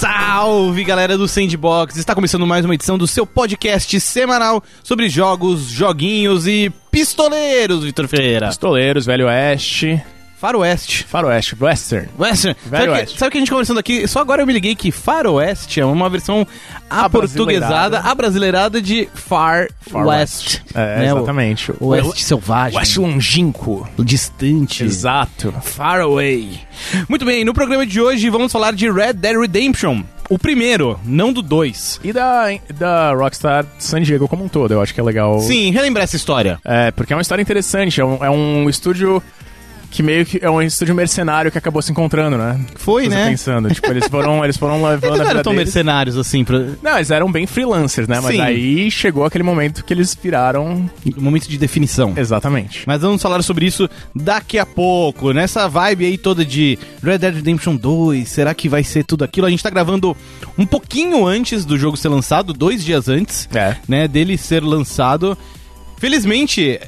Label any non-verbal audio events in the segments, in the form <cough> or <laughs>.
Salve galera do Sandbox! Está começando mais uma edição do seu podcast semanal sobre jogos, joguinhos e pistoleiros, Vitor Ferreira. Pistoleiros, Velho Oeste, Faroeste. Faroeste, Western. Western. Velho sabe, Que, Oeste. sabe que a gente conversando aqui? Só agora eu me liguei que Faroeste é uma versão aportuguesada, Abrasileirada. abrasileirada de Far, Far West. É, né? exatamente. O Oeste selvagem. Oeste longínquo. distante. Exato. Far Away. Muito bem, no programa de hoje vamos falar de Red Dead Redemption. O primeiro, não do dois. E da, da Rockstar San Diego como um todo, eu acho que é legal. Sim, relembrar essa história. É, porque é uma história interessante, é um, é um estúdio que meio que é um estúdio mercenário que acabou se encontrando, né? Foi, Tô né? pensando, tipo, <laughs> eles foram, eles foram levando Eles a não vida eram tão deles. mercenários assim, pra... Não, eles eram bem freelancers, né? Mas Sim. aí chegou aquele momento que eles viraram no momento de definição. exatamente. Mas vamos falar sobre isso daqui a pouco, nessa vibe aí toda de Red Dead Redemption 2, será que vai ser tudo aquilo? A gente tá gravando um pouquinho antes do jogo ser lançado, dois dias antes, É. né, dele ser lançado. Felizmente,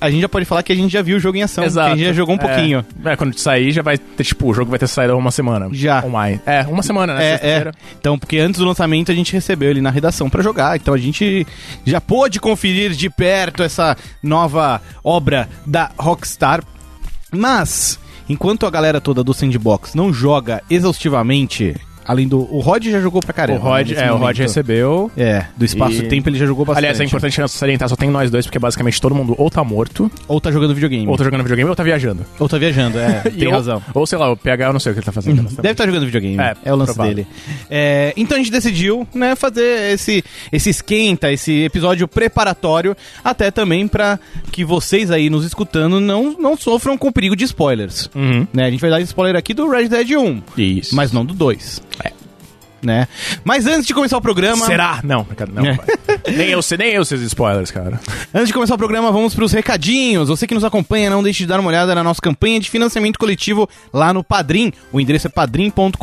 a gente já pode falar que a gente já viu o jogo em ação, que a gente já jogou um É. pouquinho. É, quando sair, já vai ter, tipo, o jogo vai ter saído há uma semana. Já. Ou mais. É, uma semana, né? É, é. Sexta-feira. Então, porque antes do lançamento a gente recebeu ele na redação pra jogar, então a gente já pôde conferir de perto essa nova obra da Rockstar. Mas, enquanto a galera toda do Sandbox não joga exaustivamente, além do. O Rod já jogou pra O caramba. Rod, né, nesse é, o Rod momento. recebeu. É, do espaço-tempo ele já jogou bastante. Aliás, é importante salientar, só tem nós dois, porque basicamente todo mundo ou tá morto, Ou tá jogando videogame. ou tá jogando videogame, ou tá viajando. ou tá viajando, é. <laughs> E tem ou- razão. Ou, sei lá, o PH, eu não sei o que ele tá fazendo. Uhum. Deve estar jogando videogame. É, É, o lance provável. dele. É, então a gente decidiu, né, fazer esse, esse esquenta, esse episódio preparatório, até também pra que vocês aí nos escutando não, não sofram com o perigo de spoilers. Uhum. Né, a gente vai dar spoiler aqui do Red Dead 1, Isso. mas não do 2. É. Né? Mas antes de começar o programa. Será? Não, cara, não. É. vai. nem eu sei, nem eu sei os <laughs> spoilers, cara. Antes de começar o programa, vamos para os recadinhos. Você que nos acompanha, não deixe de dar uma olhada na nossa campanha de financiamento coletivo lá no Padrim. O endereço é padrim.com.br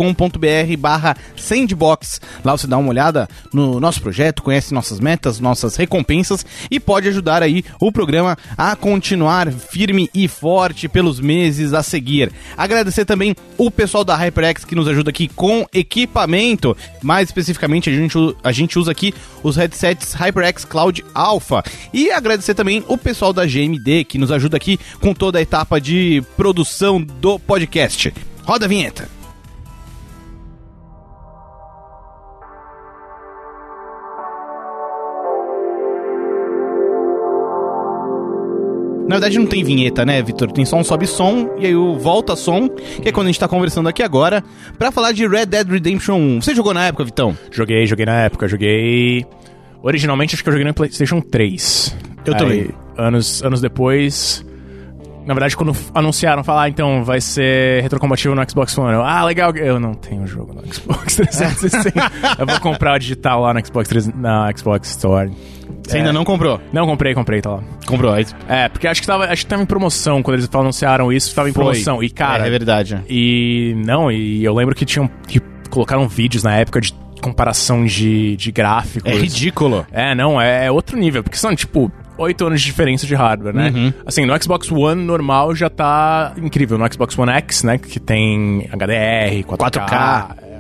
barra sandbox. Lá você dá uma olhada no nosso projeto, conhece nossas metas, nossas recompensas e pode ajudar aí o programa a continuar firme e forte pelos meses a seguir. Agradecer também o pessoal da HyperX que nos ajuda aqui com equipamento. Mais especificamente, a gente, u- a gente usa aqui os headsets HyperX Cloud Alpha. E agradecer também o pessoal da GMD que nos ajuda aqui com toda a etapa de produção do podcast. Roda a vinheta. Na verdade não tem vinheta, né, Vitor? Tem só um sobe som e aí o volta som, que é quando a gente tá conversando aqui agora, pra falar de Red Dead Redemption 1. Você jogou na época, Vitão? Joguei, joguei na época, joguei. Originalmente acho que eu joguei no PlayStation 3. Eu Aí, também. Anos, anos depois. Na verdade, quando f- anunciaram, falar, ah, então vai ser retrocompatível no Xbox One. Eu, ah, legal. Eu não tenho o jogo no Xbox <laughs> 360. eu vou comprar o digital lá no Xbox, 3, na Xbox Store. Você ainda não comprou? Não, comprei, comprei, tá lá. Comprou, aí É, porque acho que tava, acho que tava em promoção quando eles anunciaram isso, tava em Foi. promoção. E, cara, É, é verdade. e não, e eu lembro que tinham que colocaram vídeos na época de comparação de, de gráficos. É ridículo. É, não, é, é outro nível, porque são tipo 8 anos de diferença de hardware, né? Assim, no Xbox One normal já tá incrível, no Xbox One X, né, que tem HDR, 4K. 4K. é,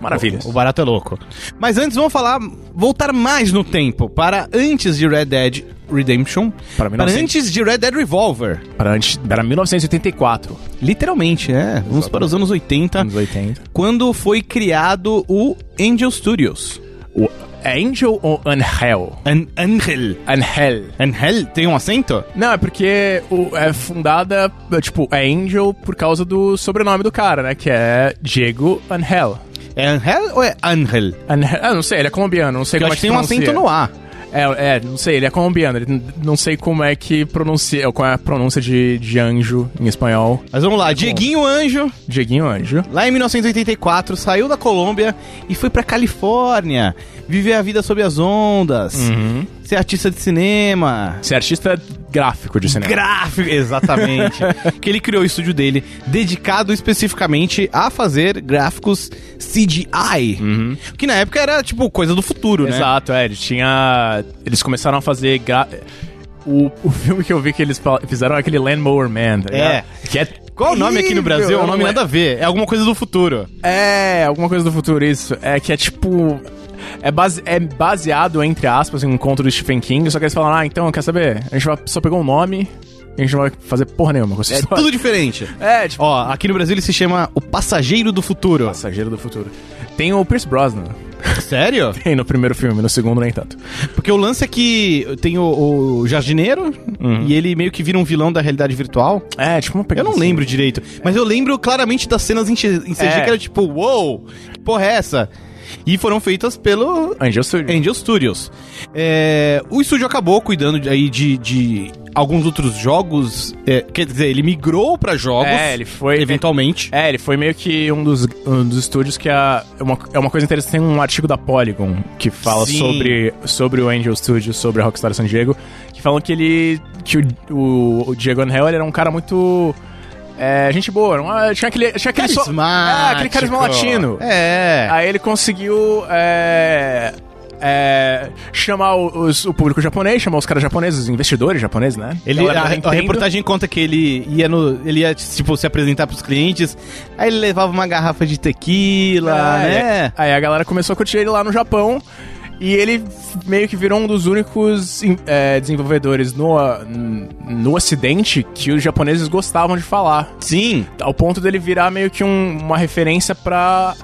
Maravilhas. O barato é louco. Mas antes vamos falar, voltar mais no tempo para antes de Red Dead Redemption, Para 1900. antes de Red Dead Revolver, Para antes, era 1984, literalmente, né? Vamos para os anos 80, anos 80. quando foi criado o Angel Studios. O Angel ou Angel? An Angel. Angel. Angel tem um acento? Não, é porque o, é fundada, é, tipo, é Angel por causa do sobrenome do cara, né? Que é Diego Angel. É Angel ou é Angel? Angel ah, não sei, ele é colombiano, não sei Porque eu como acho é que que tem um acento no A. É, é, não sei, ele é colombiano, ele n- não sei como é que pronuncia, qual é a pronúncia de, de anjo em espanhol. Mas vamos lá, Dieguinho Anjo, Dieguinho Anjo. Lá em 1984, saiu da Colômbia e foi pra Califórnia viver a vida sob as ondas, ser artista de Uhum. cinema. Você é artista gráfico de cinema. Gráfico, exatamente. <laughs> que ele criou o estúdio dele, dedicado especificamente a fazer gráficos CGI. Que na época era, tipo, coisa do futuro, né? Exato, é, ele tinha... Eles começaram a fazer... gra- O, o filme que eu vi que eles fal- fizeram é aquele Landmower Man, tá É. ligado? Que é. Qual o nome aqui no Brasil? terrível, É um nome não é- nada a ver. É alguma coisa do futuro. É, alguma coisa do futuro, isso. É que é tipo. É, base, é baseado, entre aspas, em um conto do Stephen King, só que eles falam, ah, então, quer saber? A gente vai, só pegou um nome e a gente não vai fazer porra nenhuma com essa É história." tudo diferente. É, tipo. Ó, aqui no Brasil ele se chama O Passageiro do Futuro. Passageiro do futuro. Tem o Pierce Brosnan. <laughs> Sério? Tem no primeiro filme, no segundo nem tanto. Porque o lance é que tem o, o jardineiro Uhum. e ele meio que vira um vilão da realidade virtual. É, tipo uma Eu pegada não assim. lembro direito, mas eu lembro claramente das cenas em, X- em CG É. que era tipo, uou, que porra é essa? E foram feitas pelo Angel Studio. Angel Studios. É, o estúdio acabou cuidando de- aí de, de alguns outros jogos. é, quer dizer, ele migrou pra jogos. É, ele foi- Eventualmente. É, ele foi meio que um dos, um dos estúdios que a, é, uma, é uma coisa interessante. Tem um artigo da Polygon que fala Sim. sobre, sobre o Angel Studios, sobre a Rockstar San Diego, que falam que ele. que o, o, o Diego Angel ele era um cara muito. É, gente boa, era uma- tinha aquele. Tinha aquele só- Carismático. é, aquele carisma latino. É. Aí ele conseguiu. É, é, chamar o- os- o público japonês, chamar os caras japoneses, os investidores japoneses, né? Ele, Galera a, da a Nintendo. reportagem conta que ele ia no. Ele ia, tipo, se apresentar pros clientes, aí ele levava uma garrafa de tequila, Ah, né? é. Aí a galera começou a curtir ele lá no Japão. E ele f- meio que virou um dos únicos em- é, desenvolvedores no, a- n- no ocidente que os japoneses gostavam de falar. Sim. Ao ponto dele virar meio que um- uma referência pra,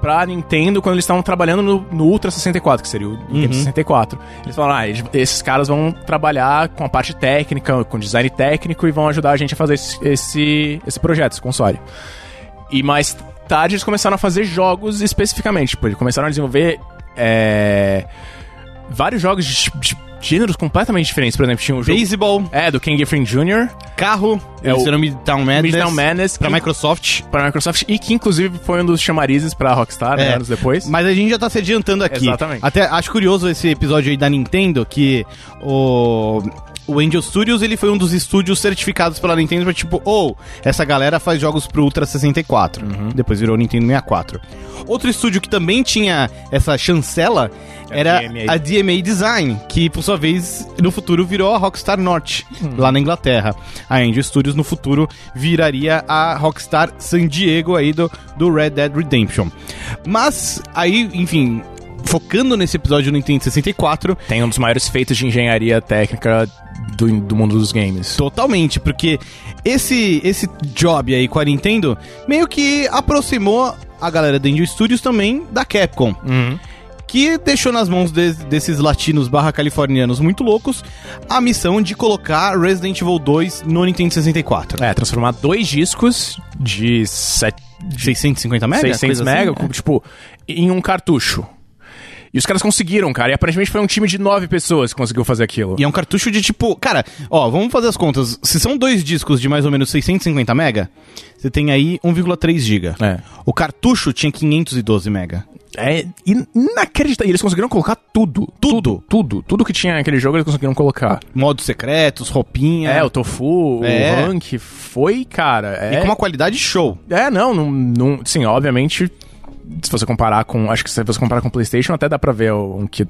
pra Nintendo quando eles estavam trabalhando no, no Ultra 64, que seria o Uhum. Nintendo 64. Eles falaram, ah, eles- esses caras vão trabalhar com a parte técnica, com design técnico e vão ajudar a gente a fazer esse, esse, esse projeto, esse console. E mais tarde eles começaram a fazer jogos especificamente. Tipo, eles começaram a desenvolver é, vários jogos de, de gêneros completamente diferentes. Por exemplo, tinha um jogo. Baseball, É, do Ken Griffin Jr., carro, É é o- o nome Town Madness, Midtown Madness, pra que- Microsoft. para Microsoft e que inclusive foi um dos chamarizes para Rockstar né, É. anos depois. Mas a gente já tá se adiantando aqui. Exatamente. Até acho curioso esse episódio aí da Nintendo, que o. O Angel Studios, ele foi um dos estúdios certificados pela Nintendo pra tipo, ou, essa galera faz jogos pro Ultra 64. Uhum. Depois virou Nintendo 64. Outro estúdio que também tinha essa chancela era DMA. É a DMA Design, que por sua vez, no futuro, virou a Rockstar Norte, lá na Inglaterra. A Angel Studios, no futuro, viraria a Rockstar San Diego aí do, do Red Dead Redemption. Mas, aí, enfim, focando nesse episódio do Nintendo 64, Tem um dos maiores feitos de engenharia técnica do, do mundo dos games. totalmente, porque esse, esse job aí com a Nintendo meio que aproximou a galera da Angel Studios também da Capcom. Uhum. que deixou nas mãos de- desses latinos barra californianos muito loucos a missão de colocar Resident Evil 2 no Nintendo 64. É, transformar dois discos de, set, de 650 mega? 600 Coisa mega, assim, né? tipo, em um cartucho. E os caras conseguiram, cara. E aparentemente foi um time de nove pessoas que conseguiu fazer aquilo. E é um cartucho de tipo. Cara, ó, vamos fazer as contas. Se são dois discos de mais ou menos 650 mega, você tem aí 1,3 giga. É. O cartucho tinha 512 mega. É in- inacreditável. E eles conseguiram colocar tudo. Tudo. Tudo. Tudo que tinha naquele jogo eles conseguiram colocar. Modos secretos, roupinha. É, o Tofu, É. o Rank. Foi, cara. E É, com uma qualidade show. É, não, não, não- Sim, obviamente. Se você comparar com. Acho que se você comparar com o PlayStation, até dá pra ver o- um que.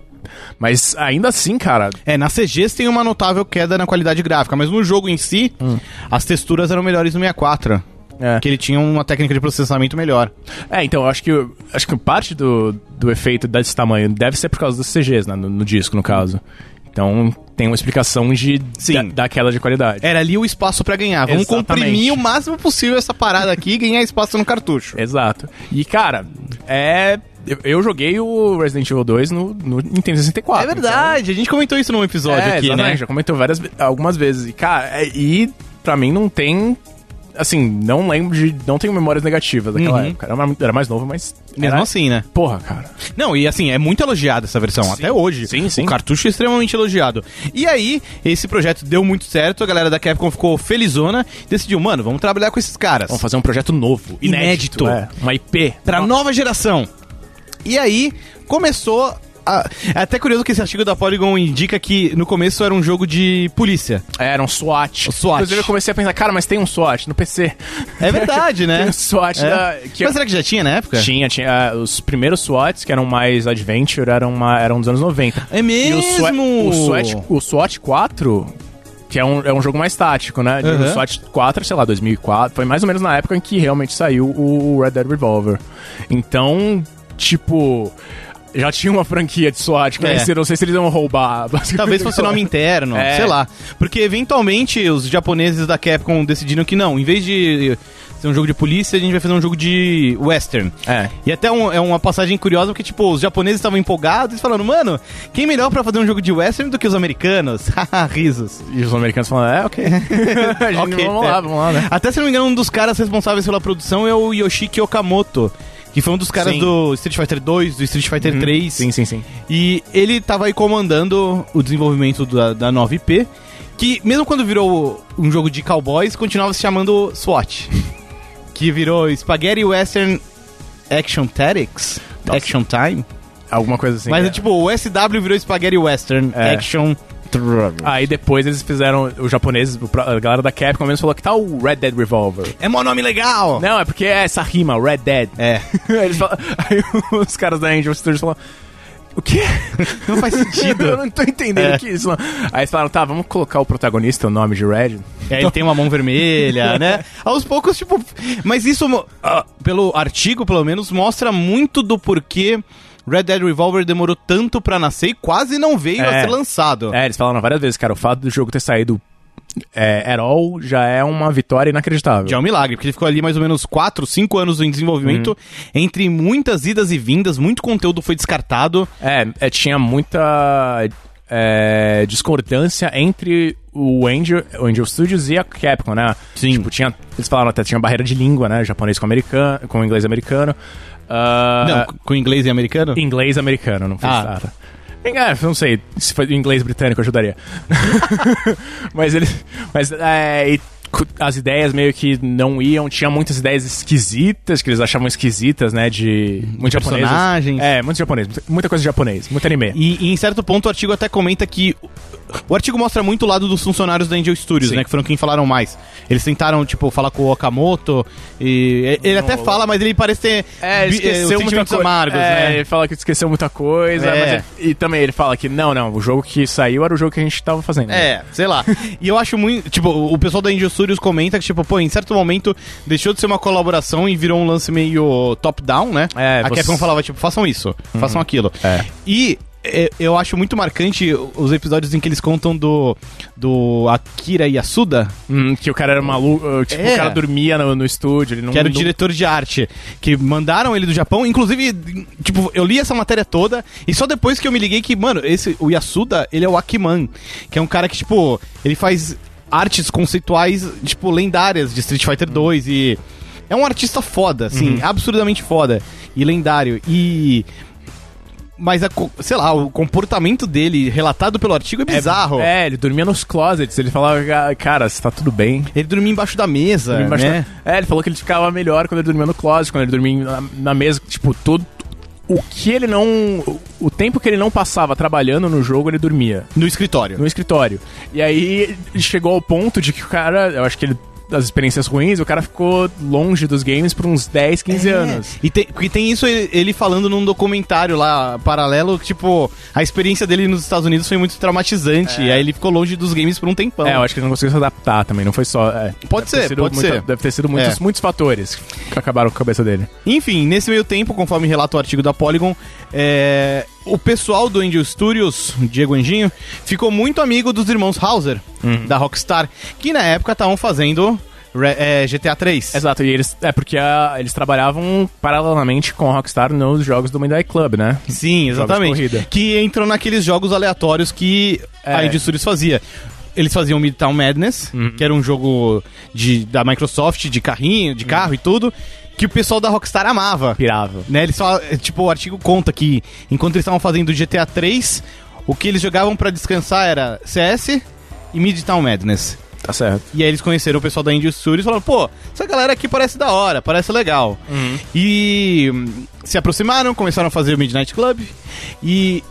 Mas ainda assim, cara. É, na CGs tem uma notável queda na qualidade gráfica, mas no jogo em si, as texturas eram melhores no 64. É. Que ele tinha uma técnica de processamento melhor. É, então, eu acho que. eu- Acho que parte do, do efeito desse tamanho deve ser por causa dos CGs, né? No, no disco, no caso. Então, tem uma explicação de. Sim. Da, da queda de qualidade. Era ali o espaço pra ganhar. Vamos Exatamente. comprimir o máximo possível essa parada aqui e ganhar espaço no cartucho. Exato. E, cara, é. Eu, eu joguei o Resident Evil 2 no, no Nintendo 64. então- É a gente comentou isso num episódio né? é, exatamente, Já comentou várias, ve- algumas vezes. E, cara, é- e pra mim não tem. Assim, não lembro de. Não tenho memórias negativas daquela Uhum. época. Era, mais- era mais novo, mas. Mesmo era- assim, né? Porra, cara. Não, e assim, é muito elogiada essa versão, até hoje. Sim, sim. O cartucho é extremamente elogiado. E aí, esse projeto deu muito certo, a galera da Capcom ficou felizona e decidiu, mano, vamos trabalhar com esses caras. Vamos fazer um projeto novo, inédito. Inédito. é, uma IP. pra nova geração. E aí começou a- é até curioso que esse artigo da Polygon indica que no começo era um jogo de polícia. Era um SWAT. O SWAT. Inclusive eu comecei a pensar, cara, mas tem um SWAT no PC. É verdade, né? <laughs> Tem um SWAT É. da- que- Mas será que já tinha na época? Tinha, tinha. ah, Os primeiros SWATs, que eram mais adventure, eram, uma, eram dos anos 90. É E mesmo! o SWAT, o, SWAT, o SWAT 4, que é um, é um jogo mais tático, né? De- Uhum. O SWAT 4, sei lá, 2004, foi mais ou menos na época em que realmente saiu o Red Dead Revolver. Então, tipo... Já tinha uma franquia de SWAT, que É. eu não sei se eles vão roubar. <laughs> <laughs> basicamente. Talvez fosse nome interno, É. sei lá. Porque eventualmente os japoneses da Capcom decidiram que não, em vez de ser um jogo de polícia, a gente vai fazer um jogo de western. É. E até um- é uma passagem curiosa, porque, tipo, os japoneses estavam empolgados e falando, mano, quem melhor pra fazer um jogo de western do que os americanos? <laughs> Haha, risos. E os americanos falando, é, <laughs> ok. A gente, Ok, vamos tá. lá, vamos lá, né? Até, se não me engano, um dos caras responsáveis pela produção é o Yoshiki Okamoto, que foi um dos caras Sim. Uhum. do Street Fighter 2, do Street Fighter 3. Sim, sim, sim. E ele tava aí comandando o desenvolvimento da, da 9P, que mesmo quando virou um jogo de cowboys, continuava se chamando SWAT. <laughs> que virou Spaghetti Western Action Tactics? Nossa. Action Time? Alguma coisa assim. Mas é. é tipo, o SW virou Spaghetti Western É. Action... Aí depois eles fizeram, os japoneses, o pro- a galera da Capcom mesmo falou que tal o Red Dead Revolver. É mó nome legal! Não, é porque é essa rima, Red Dead. É, Eles falam- <laughs> aí os caras da Angel Studios falaram, <laughs> o quê? não faz Eu <laughs> sentido. não tô entendendo É. o que é isso. não." Aí eles falaram, tá, vamos colocar o protagonista, o nome de Red. É, ele tem uma mão <laughs> vermelha, né? Aos poucos, tipo. Mas isso, mo- ah, pelo artigo, pelo menos, mostra muito do porquê Red Dead Revolver demorou tanto pra nascer e quase não veio a É. ser lançado. É, eles falaram várias vezes, cara, o fato do jogo ter saído é, at all já é uma vitória inacreditável. Já é um milagre, porque ele ficou ali mais ou menos 4, 5 anos em desenvolvimento, entre muitas idas e vindas, muito conteúdo foi descartado. É, é, tinha muita é, discordância entre o Angel, o Angel Studios e a Capcom, né? Sim. Tipo, tinha, eles falaram até tinha barreira de língua, né? Japonês com americano, com inglês americano. Ah, não, com inglês e americano? Inglês americano, não foi Ah. nada. É, não sei, se foi inglês britânico ajudaria. <laughs> mas ele. Mas é, e cu- as ideias meio que não iam. Tinha muitas ideias esquisitas, que eles achavam esquisitas, né? De. Muitos japoneses. personagens. É, muitos japoneses. Muita coisa de japonês, muito anime. E, e em certo ponto o artigo até comenta que. O artigo mostra muito o lado dos funcionários da Angel Studios, Sim. né? Que foram quem falaram mais. Eles tentaram, tipo, falar com o Okamoto. E ele até rolou. fala, mas ele parece ter É, vi- eh, os ele esqueceu muita sentimentos coisa. amargos, é, né? ele fala que esqueceu muita coisa. É. mas ele- e também ele fala que, não, não, o jogo que saiu era o jogo que a gente tava fazendo. É, sei lá. e eu acho muito. Tipo, o pessoal da Angel Studios comenta que, tipo, pô, em certo momento deixou de ser uma colaboração e virou um lance meio top-down, né? É, a você- Capcom falava, tipo, façam isso, façam aquilo. É. E. é, Eu acho muito marcante os episódios em que eles contam do, do Akira Yasuda, Hum, que o cara era maluco, uh, tipo, É. o cara dormia no, no estúdio, ele não... que era o não- diretor de arte, que mandaram ele do Japão. Inclusive, tipo, eu li essa matéria toda e só depois que eu me liguei que, mano, esse o Yasuda, ele é o Akiman, que é um cara que, tipo, ele faz artes conceituais, tipo, lendárias de Street Fighter Uhum. 2 e é um artista foda, assim, absurdamente foda e lendário. E mas a co- sei lá, o comportamento dele relatado pelo artigo é É, bizarro. É, ele dormia nos closets, ele falava, "Ah, cara, você tá tudo bem. Ele dormia embaixo da mesa, Dormia embaixo né? da- É, ele falou que ele ficava melhor quando ele dormia no closet, quando ele dormia na, na mesa, tipo, todo... O que ele não... o- O tempo que ele não passava trabalhando no jogo, ele dormia. No escritório. no escritório. E aí ele chegou ao ponto de que o cara, eu acho que ele das experiências ruins, o cara ficou longe dos games por uns 10, 15 É. anos. E tem, porque tem isso ele ele falando num documentário lá, paralelo, que, tipo, a experiência dele nos Estados Unidos foi muito traumatizante. E aí ele ficou longe dos games por um tempão. É, eu acho que ele não conseguiu se adaptar também, não foi só. é. Pode Deve ser, ter sido pode muita- ser. Deve ter sido muitos, É. muitos fatores que acabaram com a cabeça dele. Enfim, nesse meio tempo, conforme relata o artigo da Polygon, é, o pessoal do Angel Studios, Diego Anjinho, ficou muito amigo dos irmãos Hauser, da Rockstar, que na época estavam fazendo Re- é, GTA 3. Exato, e eles. É porque ah, eles trabalhavam paralelamente com a Rockstar nos jogos do Midnight Club, né? Sim, Jogos de exatamente. corrida. Que entrou naqueles jogos aleatórios que a É. Indie Studios fazia. Eles faziam Midtown Madness, que era um jogo de, da Microsoft, de carrinho, de carro e tudo, que o pessoal da Rockstar amava. Pirava. Né? Eles só, é, tipo, o artigo conta que enquanto eles estavam fazendo GTA 3, o que eles jogavam pra descansar era CS e Midtown Madness. Tá certo. E aí eles conheceram o pessoal da Indie Studios e falaram, pô, essa galera aqui parece da hora, parece Uhum. legal. E hum, se aproximaram, começaram a fazer o Midnight Club. E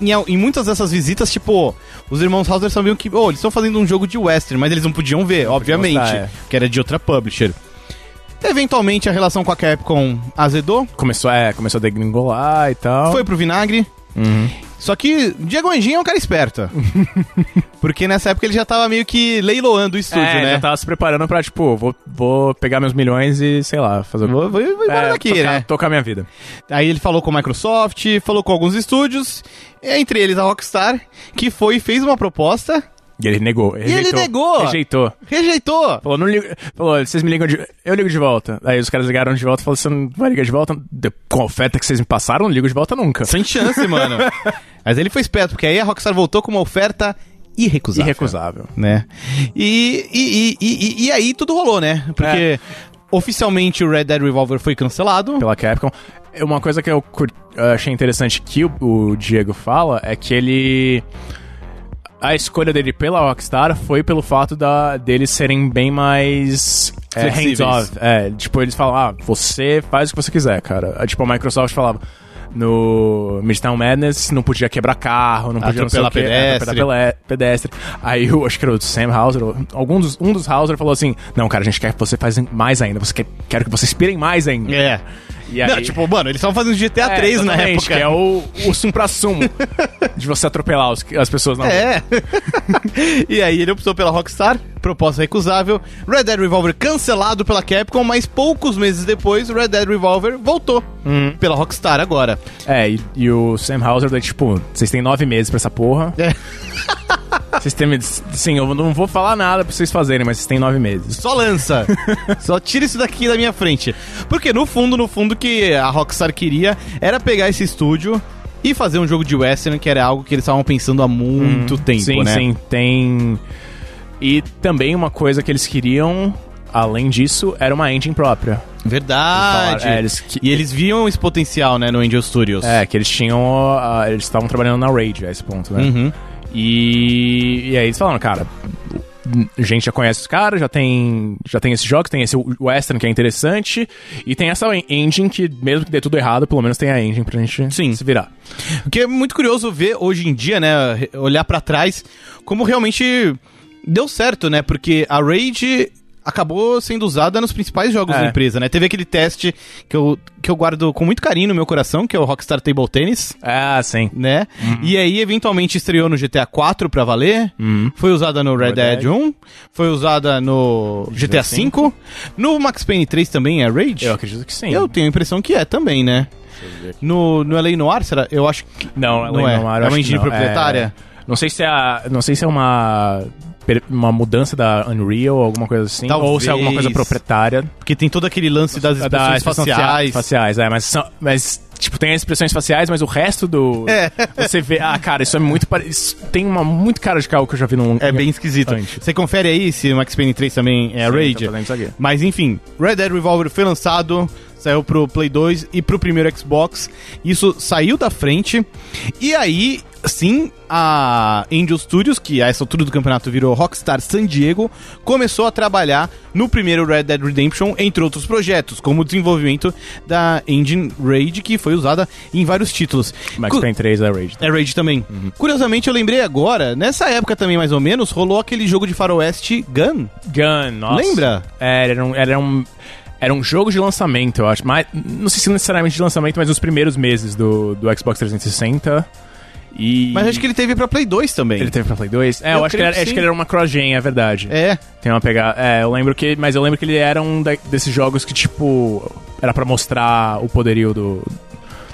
em, al- em muitas dessas visitas, tipo, os irmãos Hauser sabiam que, oh, eles estão fazendo um jogo de western, mas eles não podiam ver, obviamente, mostrar, é. que era de outra publisher. Eventualmente a relação com a Capcom azedou, Começou, é, começou a degringolar e tal. foi pro vinagre. Ah. Uhum. Só que Diego Anjinho é um cara <laughs> esperto. Porque nessa época ele já tava meio que leiloando o estúdio, é, né? já tava se preparando pra, tipo, vou, vou pegar meus milhões e, sei lá, fazer... Vou, vou- vou embora é, daqui, tocar, né? Tocar minha vida. Aí ele falou com a Microsoft, falou com alguns estúdios, entre eles a Rockstar, que foi e fez uma proposta, E ele negou. Rejeitou, ele negou! Rejeitou. rejeitou. Falou, não ligo. Falou, vocês me ligam de. Eu ligo de volta. Aí os caras ligaram de volta e falaram, você não vai ligar de volta? De- Com a oferta que vocês me passaram, não ligo de volta nunca. Sem chance, mano. <laughs> Mas ele foi esperto, porque aí a Rockstar voltou com uma oferta irrecusável. Irrecusável. Né? E, e, e, e, e aí tudo rolou, né? É. Porque oficialmente o Red Dead Revolver foi cancelado. Pela Capcom. É Uma coisa que eu cur- eu achei interessante que o, o Diego fala é que ele. A escolha dele pela Rockstar foi pelo fato da, deles serem bem mais é, Flexíveis. hands-off. É, tipo, eles falam, ah, você faz o que você quiser, cara. É, Tipo, a Microsoft falava, no Midtown Madness não podia quebrar carro, não podia não sei o Atropelar quê, Ah, ah, pedestre. atropelar pele- pedestre. Aí eu acho que era o Sam Hauser, ou algum dos, um dos Hauser falou assim, não, cara, a gente quer que você faça mais ainda, você quer, quero que vocês pirem mais ainda. É. E aí, Não, tipo, mano, eles estavam fazendo GTA é, 3 na exatamente, época. Que é o, <laughs> o supra-sumo de você atropelar os- as pessoas na rua. É. <laughs> e aí ele optou pela Rockstar, proposta recusável. Red Dead Revolver cancelado pela Capcom, mas poucos meses depois, Red Dead Revolver voltou Hum. pela Rockstar agora. É, e, e o Sam Hauser daí, tipo, vocês têm nove meses pra <laughs> essa porra. É. Vocês têm. Sim, eu não vou falar nada pra vocês fazerem, mas vocês têm nove meses. Só <laughs> lança. Só tira isso daqui da minha frente. Porque no fundo, no fundo, o que a Rockstar queria era pegar esse estúdio e fazer um jogo de western, que era algo que eles estavam pensando há muito tempo, Hum. sim, né? sim, tem. E também uma coisa que eles queriam, além disso, era uma engine própria. Verdade. Falaram- é, eles que- E eles viam esse potencial, né, no Angel Studios. É, que eles tinham. ah, eles estavam trabalhando na Rage a esse ponto, né? Uhum. E, e aí eles falaram, cara, a gente já conhece os caras, já tem, já tem esse jogo, tem esse Western que é interessante, e tem essa en- engine que, mesmo que dê tudo errado, pelo menos tem a engine pra gente Sim. se virar. O que é muito curioso ver hoje em dia, né? re- Olhar pra trás, como realmente deu certo, né? Porque a Raid acabou sendo usada nos principais jogos É. da empresa, né? Teve aquele teste que eu, que eu guardo com muito carinho no meu coração, que é o Rockstar Table Tennis, Ah, sim. né? E aí, eventualmente, estreou no GTA 4 pra valer. Foi usada no Red Red Dead Dead. 1. Foi usada no GTA V. No Max Payne 3 também é Raid? Eu acredito que sim. Eu tenho a impressão que é também, né? No, no LA Noir, será? Eu acho que... Não, ela Não é, é. É não, eu uma acho que engine não. proprietária? É. não sei se é a- não sei se é uma per- uma mudança da Unreal ou alguma coisa assim, ou se é alguma coisa Talvez. proprietária. Porque tem todo aquele lance das da expressões expressão faciais. faciais, é, mas, são- mas, tipo, tem as expressões faciais, mas o resto do. É. Você vê. Ah, cara, isso é muito parecido. Tem uma muito cara de carro que eu já vi num. É bem esquisito. Antes. Você confere aí se o Max Payne 3 também é Sim, Raid. tá fazendo isso aqui. Mas enfim, Red Dead Revolver foi lançado, saiu pro Play 2 e pro primeiro Xbox. Isso saiu da frente. E aí, sim, a Angel Studios, que a essa altura do campeonato virou Rockstar San Diego, começou a trabalhar no primeiro Red Dead Redemption, entre outros projetos, como o desenvolvimento da engine Raid, que foi usada em vários títulos. Max Cu- Payne 3 é Rage. é Raid também. Curiosamente, eu lembrei agora, nessa época também, mais ou menos, rolou aquele jogo de faroeste Gun. Gun, nossa. Lembra? É, era um. Era um era um jogo de lançamento, eu acho. Mas, não sei se necessariamente de lançamento, mas nos primeiros meses do, do Xbox 360. E. Mas acho que ele teve pra Play 2 também. ele teve pra Play 2. É, Eu eu, acho, que creio ele, era- que acho sim. que ele era uma cross-gen, é verdade. É. Tem uma pegada. É, eu lembro que. Mas eu lembro que ele era um da- desses jogos que, tipo. Era pra mostrar o poderio do.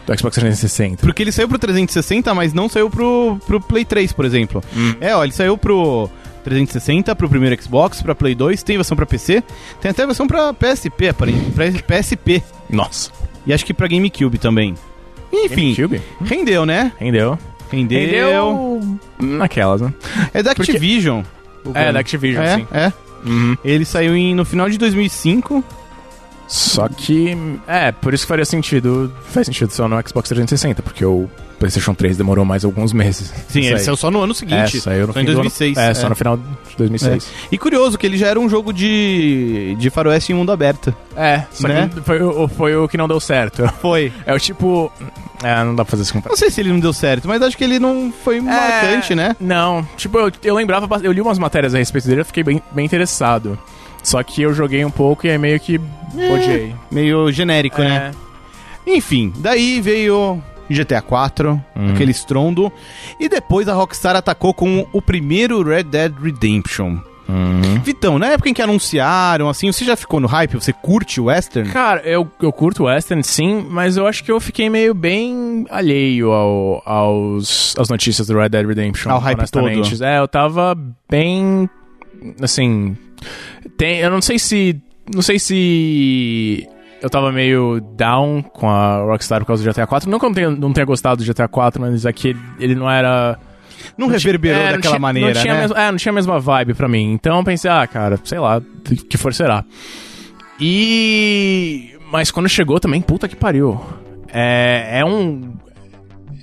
Do Xbox 360. Porque ele saiu pro 360, mas não saiu pro, pro Play 3, por exemplo. Hum. É, ó, ele saiu pro 360, pro primeiro Xbox, pra Play 2, tem versão pra PC, tem até versão pra PSP, aparente. Pra PSP. Nossa. E acho que pra GameCube também. Enfim, GameCube? rendeu, né? Rendeu. Rendeu. Naquelas, né? É da Activision. É, da Activision, é, sim. é. Ele saiu em- no final de 2005. Só que. É, por isso que faria sentido. Faz sentido só no Xbox 360, porque o PlayStation 3 demorou mais alguns meses. Sim, ele Saiu. saiu só no ano seguinte. É, saiu no só fim em do ano- 2006. é, só no final de 2006. E curioso que ele já era um jogo de, de faroeste em mundo aberto. É, só Né? que foi, o- foi o que não deu certo. Foi. É o tipo... É, não dá pra fazer esse comparação. Não sei se ele não deu certo, mas acho que ele não foi É. marcante, né? Não, tipo, eu, eu lembrava, eu li umas matérias a respeito dele, eu fiquei bem, bem interessado. Só que eu joguei um pouco e aí meio que odiei. Meio genérico, né? É. Enfim, daí veio GTA 4, Hum. aquele estrondo. E depois a Rockstar atacou com o primeiro Red Dead Redemption. Vitão, na época em que anunciaram, assim, você já ficou no hype? Você curte o western? Cara, eu, eu curto western, sim, mas eu acho que eu fiquei meio bem alheio ao, aos, às notícias do Red Dead Redemption. Ao hype honestamente. É, eu tava bem, assim... Tem, eu não sei se... Não sei se... Eu tava meio down com a Rockstar por causa do GTA 4. Não que eu não tenha, não tenha gostado do GTA 4, mas é que ele- ele não era... Não, ti- reverberou é, não daquela tinha- maneira, não tinha né? a mesma- é, não tinha a mesma vibe pra mim. Então eu pensei, ah, cara, sei lá, t- que for será. E... Mas quando chegou também, puta que pariu. É, é um...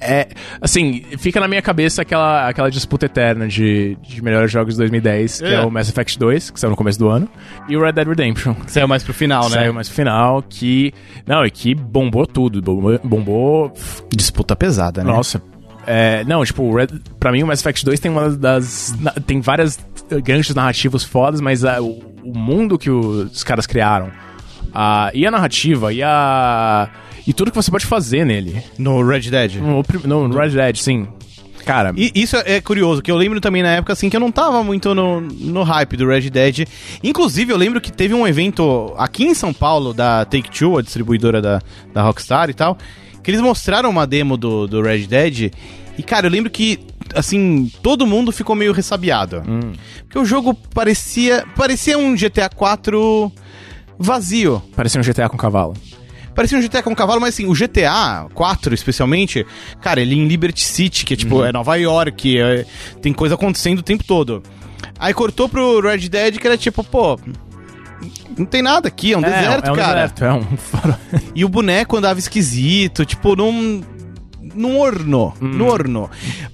É, assim, fica na minha cabeça aquela, aquela disputa eterna de, de melhores jogos de 2010, que É. é o Mass Effect 2, que saiu no começo do ano, e o Red Dead Redemption, Saiu mais pro final, né? saiu mais no final, que... Não, e que bombou tudo, bombou, bombou Disputa pesada, né? nossa. É, não, tipo, o Red, pra mim o Mass Effect 2 tem uma das. na- tem várias eh, ganchos narrativos fodas, mas ah, o, o mundo que os caras criaram. ah, e a narrativa, e a. E tudo que você pode fazer nele. No Red Dead. No, prim- no Red Dead, sim. Cara. E isso é curioso, que eu lembro também na época, assim, que eu não tava muito no, no hype do Red Dead. Inclusive, eu lembro que teve um evento aqui em São Paulo, da Take-Two, a distribuidora da, da Rockstar e tal, que eles mostraram uma demo do, do Red Dead. E, cara, eu lembro que, assim, todo mundo ficou meio ressabiado. Porque o jogo parecia, parecia um GTA 4 vazio. Parecia um GTA com cavalo. Parecia um GTA com um cavalo, mas assim, o GTA 4, especialmente, cara, ele em Liberty City, que é Uhum. tipo, é Nova York, é- tem coisa acontecendo o tempo todo. Aí cortou pro Red Dead, que era tipo, pô. Não tem nada aqui, é um deserto, é um cara. deserto, é um <laughs> faro- E o boneco andava esquisito, tipo, num. Num orno. Num orno.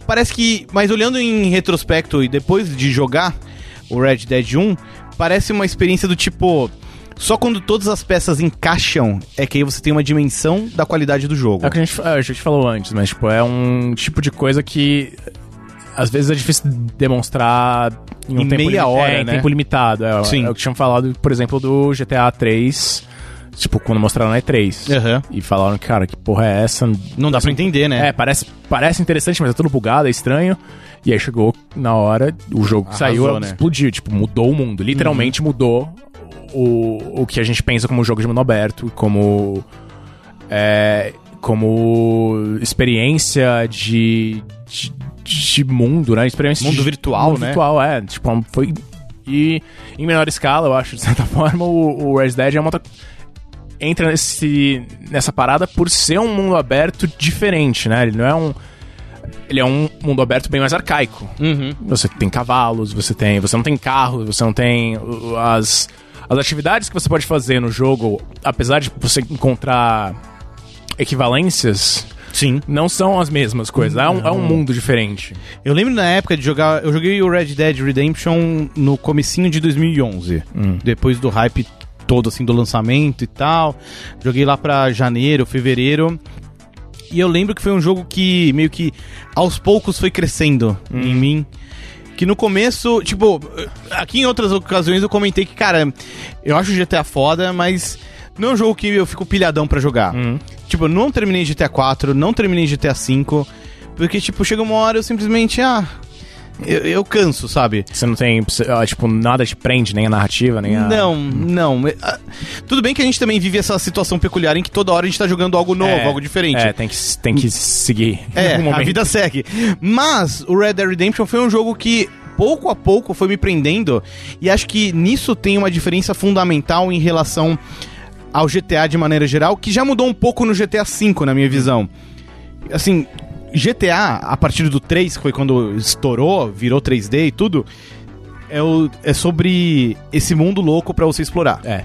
Parece que. Mas olhando em retrospecto e depois de jogar o Red Dead 1, parece uma experiência do tipo. Só quando todas as peças encaixam é que aí você tem uma dimensão da qualidade do jogo. É o que a gente, a gente falou antes, mas tipo, é um tipo de coisa que às vezes é difícil demonstrar em um Em tempo meia limi- hora, é, em né? tempo limitado. É, Sim. é o que tinham falado, por exemplo, do GTA 3, tipo, quando mostraram na E3. Aham. E falaram que, cara, que porra é essa? Não dá pra entender, né? É, parece, parece interessante, mas é tudo bugado, é estranho. E aí chegou na hora, o jogo que Arrasou, né? Uhum. saiu explodiu, tipo, mudou o mundo. Literalmente mudou o, o que a gente pensa como jogo de mundo aberto, como. é, como experiência de, de, de mundo, né? Experiência Mundo de- virtual, né? virtual, é. Tipo, foi. E em menor escala, eu acho, de certa <laughs> forma, o, o Red Dead é uma outra entra nesse, nessa parada por ser um mundo aberto diferente, né? Ele não é um. Ele é um mundo aberto bem mais arcaico. Uhum. Você tem cavalos, você tem. Você não tem carro, você não tem uh, as. As atividades que você pode fazer no jogo, apesar de você encontrar equivalências, Sim. não são as mesmas coisas. É um, é um mundo diferente. Eu lembro na época de jogar. Eu joguei o Red Dead Redemption no comecinho de 2011. Depois do hype todo, assim, do lançamento e tal. Joguei lá pra janeiro, fevereiro. E eu lembro que foi um jogo que meio que aos poucos foi crescendo em mim. Que no começo, tipo, aqui em outras ocasiões eu comentei que, cara, eu acho GTA foda, mas não é um jogo que eu fico pilhadão pra jogar. Uhum. Tipo, eu não terminei GTA 4, não terminei GTA 5, porque, tipo, chega uma hora eu simplesmente, ah, eu, eu canso, sabe? Você não tem. você, ah, Tipo, nada te prende, nem a narrativa, nem a. Não, não. eh, ah, Tudo bem que a gente também vive essa situação peculiar em que toda hora a gente tá jogando algo novo, É, algo diferente. É, tem que, tem que seguir. em É, <laughs> algum a momento. vida segue. Mas o Red Dead Redemption foi um jogo que pouco a pouco foi me prendendo e acho que nisso tem uma diferença fundamental em relação ao GTA de maneira geral, que já mudou um pouco no GTA V, na minha visão. Assim, GTA, a partir do 3, que foi quando estourou, virou 3D e tudo, é, o- é sobre esse mundo louco pra você explorar. É.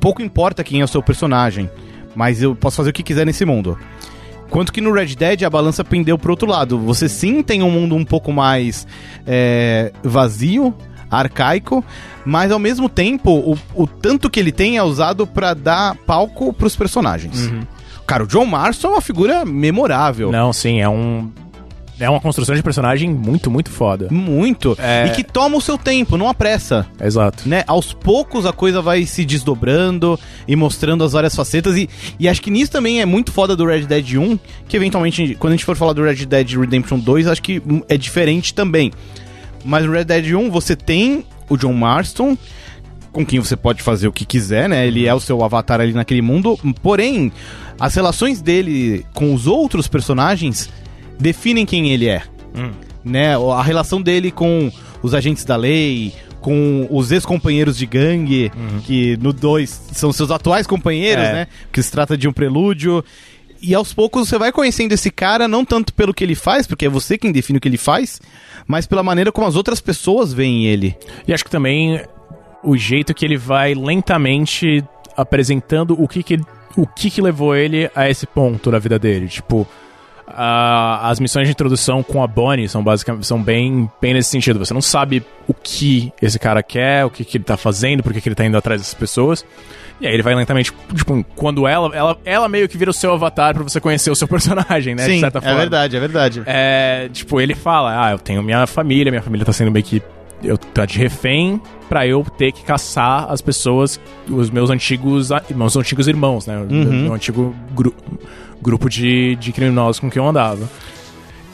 Pouco importa quem é o seu personagem, mas eu posso fazer o que quiser nesse mundo. Quanto que no Red Dead a balança pendeu pro outro lado. Você sim tem um mundo um pouco mais é, vazio, arcaico, mas ao mesmo tempo o, o tanto que ele tem é usado pra dar palco pros personagens. Cara, o John Marston é uma figura memorável. Uhum. Não, sim, é um. É uma construção de personagem muito, muito foda. Muito. É. E que toma o seu tempo, não apressa. Exato. né? Aos poucos a coisa vai se desdobrando e mostrando as várias facetas. E, e acho que nisso também é muito foda do Red Dead 1, que eventualmente, quando a gente for falar do Red Dead Redemption 2, acho que hum, é diferente também. Mas no Red Dead 1 você tem o John Marston, com quem você pode fazer o que quiser, né? Ele é o seu avatar ali naquele mundo. Porém, as relações dele com os outros personagens definem quem ele é né? o- A relação dele com os agentes da lei, com os ex-companheiros de gangue, que no 2 são seus atuais companheiros, É. né? Porque se trata de um prelúdio. E aos poucos você vai conhecendo esse cara, não tanto pelo que ele faz, porque é você quem define o que ele faz, mas pela maneira como as outras pessoas veem ele. E acho que também o jeito que ele vai lentamente apresentando o que que, o que, que levou ele a esse ponto da vida dele. Tipo, a- as missões de introdução com a Bonnie são basicamente são bem, bem nesse sentido. Você não sabe o que esse cara quer, o que, que ele tá fazendo, por que que ele tá indo atrás dessas pessoas. E aí ele vai lentamente, tipo, quando ela, ela, ela meio que vira o seu avatar pra você conhecer o seu <laughs> personagem, né? de certa é forma. verdade, é verdade. É, tipo, ele fala, ah, eu tenho minha família, minha família tá sendo meio que eu tá de refém pra eu ter que caçar as pessoas, os meus antigos, a- meus antigos irmãos, né? O Meu, meu antigo gru- grupo de, de criminosos com quem eu andava.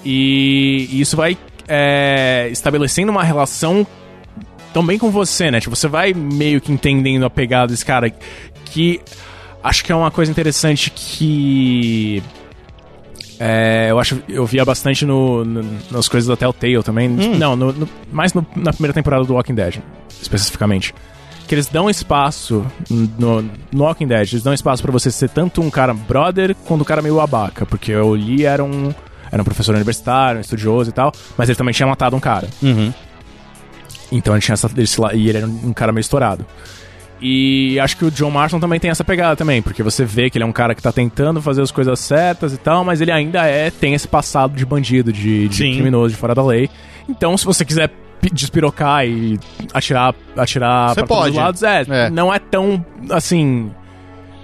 E isso vai é, estabelecendo uma relação também com você, né? Tipo, você vai meio que entendendo a pegada desse cara que acho que é uma coisa interessante que é, eu acho eu via bastante no, no- nas coisas da Telltale também. Não, no- no- mais no- na primeira temporada do Walking Dead, especificamente. Que eles dão espaço no, no Walking Dead, eles dão espaço pra você ser tanto um cara brother quanto um cara meio abaca. Porque o Lee era um, era um professor universitário, um estudioso e tal, mas ele também tinha matado um cara. Uhum. Então ele tinha essa, esse la- e ele era um um cara meio estourado. E acho que o John Marston também tem essa pegada também, porque você vê que ele é um cara que tá tentando fazer as coisas certas e tal, mas ele ainda é tem esse passado de bandido, de, de Sim. criminoso, de fora da lei. Então, se você quiser pi- despirocar e atirar, atirar Você pra todos pode. os lados, é, É. não é tão, assim,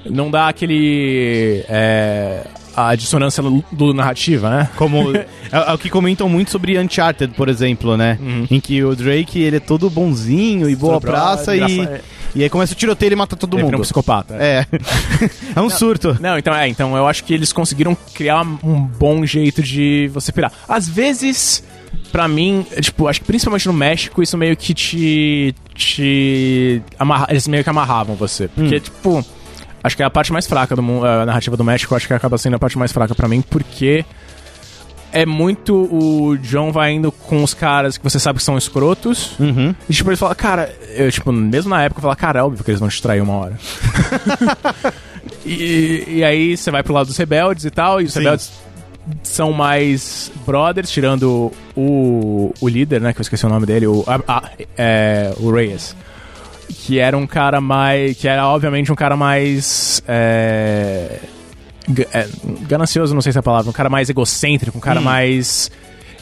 não dá aquele, é, a dissonância do, do narrativa, né? <laughs> Como é, é o que comentam muito sobre Uncharted, por exemplo, né? Em que o Drake, ele é todo bonzinho e boa Todo praça brother, e, graça- e aí começa o tiroteio e mata todo ele vira um mundo. psicopata. É. <laughs> É um surto. Não, então é, então eu acho que eles conseguiram criar um bom jeito de você pirar. Às vezes, pra mim, é, tipo, acho que principalmente no México, isso meio que te. te. Amarra, eles meio que amarravam você. Porque, tipo, acho que é a parte mais fraca do mundo. A narrativa do México acho que acaba sendo a parte mais fraca pra mim, porque. É muito o John vai indo com os caras que você sabe que são escrotos. Uhum. E tipo, ele fala, cara, eu, tipo, mesmo na época eu falava, cara, é óbvio que eles vão te trair <laughs> uma hora. e, e aí você vai pro lado dos rebeldes e tal, e os Sim. rebeldes são mais brothers, tirando o, o líder, né, que eu esqueci o nome dele, o, ah, ah, é, o Reyes. Que era um cara mais. Que era, obviamente, um cara mais. É, ga- é, ganancioso, não sei se é a palavra. Um cara mais egocêntrico, um cara mais.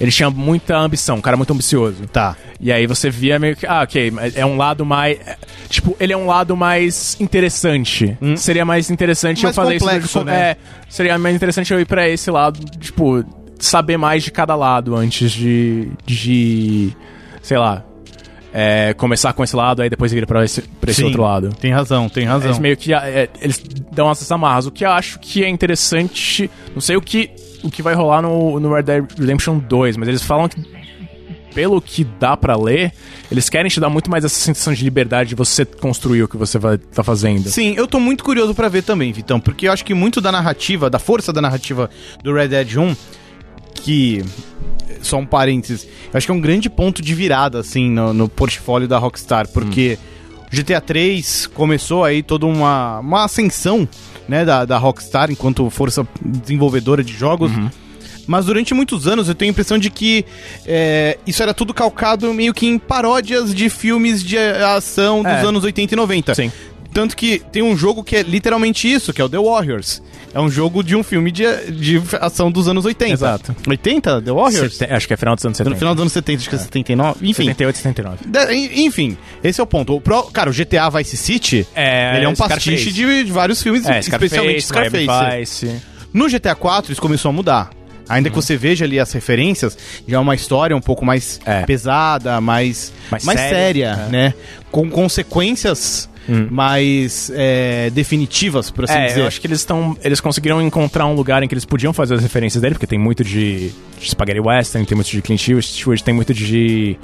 Ele tinha muita ambição, um cara muito ambicioso. Tá. E aí você via meio que, ah, ok, mas é um lado mais. é, Tipo, ele é um lado mais interessante. Seria mais interessante Hum. Mais eu fazer complexo, isso. no- né? É, seria mais interessante eu ir pra esse lado, tipo, saber mais de cada lado antes de. de. sei lá. é, começar com esse lado, aí depois ir pra esse, pra esse é Sim. outro lado. Tem razão, tem razão. Eles meio que é, eles dão essas amarras. O que eu acho que é interessante. Não sei o que, o que vai rolar no, no Red Dead Redemption 2, mas eles falam que, pelo que dá pra ler, eles querem te dar muito mais essa sensação de liberdade de você construir o que você vai tá fazendo. Sim, eu tô muito curioso pra ver também, Vitão, porque eu acho que muito da narrativa, da força da narrativa do Red Dead 1, que. Só um parênteses, eu acho que é um grande ponto de virada, assim, no, no portfólio da Rockstar, porque Hum. o GTA 3 começou aí toda uma, uma ascensão, né, da, da Rockstar enquanto força desenvolvedora de jogos. Uhum. Mas durante muitos anos eu tenho a impressão de que é, isso era tudo calcado meio que em paródias de filmes de ação dos É. anos 80 e 90. Sim. Tanto que tem um jogo que é literalmente isso, que é o The Warriors. É um jogo de um filme de, de ação dos anos 80. Exato. 80? The Warriors? Sete- Acho que é final dos anos 70. No final dos anos 70, acho que é 79. Enfim. 78, 79. Da- en- enfim, esse é o ponto. O pro- cara, o GTA Vice City, É, ele é um Scarface. pastiche de, de vários filmes, É, especialmente Scarface, Scarface. Scarface. No GTA 4 isso começou a mudar. Ainda Uhum. que você veja ali as referências, já é uma história um pouco mais É. pesada, mais, mais, Mais séria, séria, É. Hum. né? Com consequências mais é, definitivas, por assim é, dizer. eu acho que eles estão. Eles conseguiram encontrar um lugar em que eles podiam fazer as referências dele, porque tem muito de, de Spaghetti Western, tem muito de Clint Eastwood, tem muito de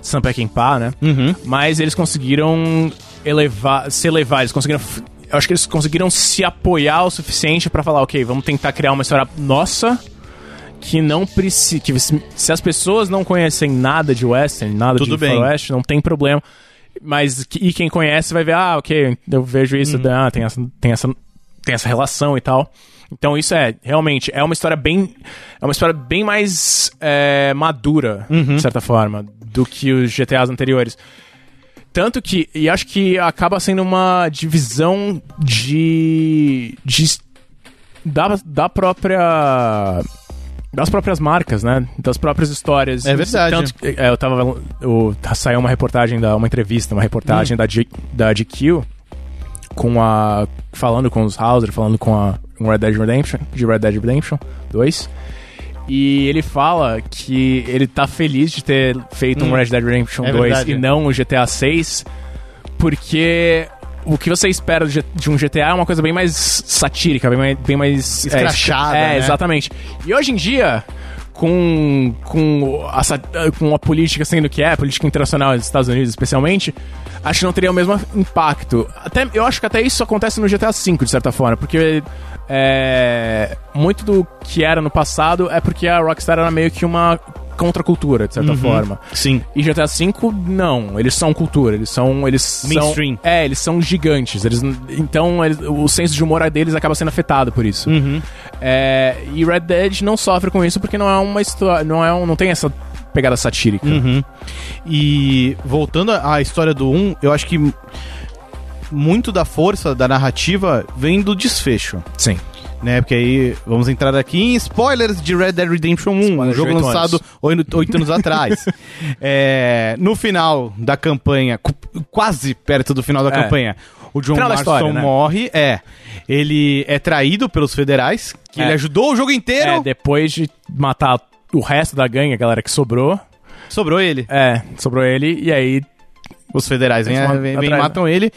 Sam Peckinpah, né? Uhum. Mas eles conseguiram elevar, se elevar, eles conseguiram. f- Eu acho que eles conseguiram se apoiar o suficiente pra falar, ok, vamos tentar criar uma história nossa que não precisa. Que se, se as pessoas não conhecem nada de Western, nada Tudo de bem. Faroeste, não tem problema. Mas que- e quem conhece vai ver, ah, ok, eu vejo isso, Uhum. ah, tem essa, tem essa, tem essa relação e tal. Então isso é realmente é uma história bem é uma história bem mais é, madura Uhum. de certa forma do que os GTA's anteriores. Tanto que, e acho que acaba sendo uma divisão de. de es- da, da própria. Das próprias marcas, né? Das próprias histórias. É verdade. Tanto que, é, eu tava. o- saiu uma reportagem, da, uma entrevista, uma reportagem Hum. da, G, da GQ com a. falando com os Hauser, falando com a. com Red Dead Redemption, de Red Dead Redemption 2. E ele fala que ele tá feliz de ter feito um Red Dead Redemption É 2 verdade. e não o GTA 6, porque o que você espera de de um GTA é uma coisa bem mais satírica, bem mais. Bem mais é, Escrachada, É, né? exatamente. E hoje em dia. Com, com, a, sa- com a política sendo o que é, a política internacional dos Estados Unidos especialmente, acho que não teria o mesmo impacto. Até, eu acho que até isso acontece no GTA V, de certa forma, porque é, muito do que era no passado é porque a Rockstar era meio que uma contracultura, de Uhum. certa forma. Sim. E GTA V, não. Eles são cultura, eles são. Eles são- Mainstream. é, eles são gigantes. Eles, n- então, eles- o senso de humor deles acaba sendo afetado por isso. É, e Red Dead não sofre com isso porque não é uma história. Não, é um, não tem essa pegada satírica. E voltando à à história do 1, eu acho que m- muito da força da narrativa vem do desfecho. Sim. né? Porque aí vamos entrar aqui em spoilers de Red Dead Redemption 1, um Spoilers de jogo oito lançado oito oito anos <laughs> atrás. É, no final da campanha, cu- quase perto do final da É. campanha, o John Final da Marston história, né? morre. É, ele é traído pelos federais, que É. ele ajudou o jogo inteiro. É, depois de matar o resto da gangue, a galera que sobrou. Sobrou ele. É, sobrou ele e aí. Os federais vêm, Eles vão vêm- atrás, né? vêm e matam ele.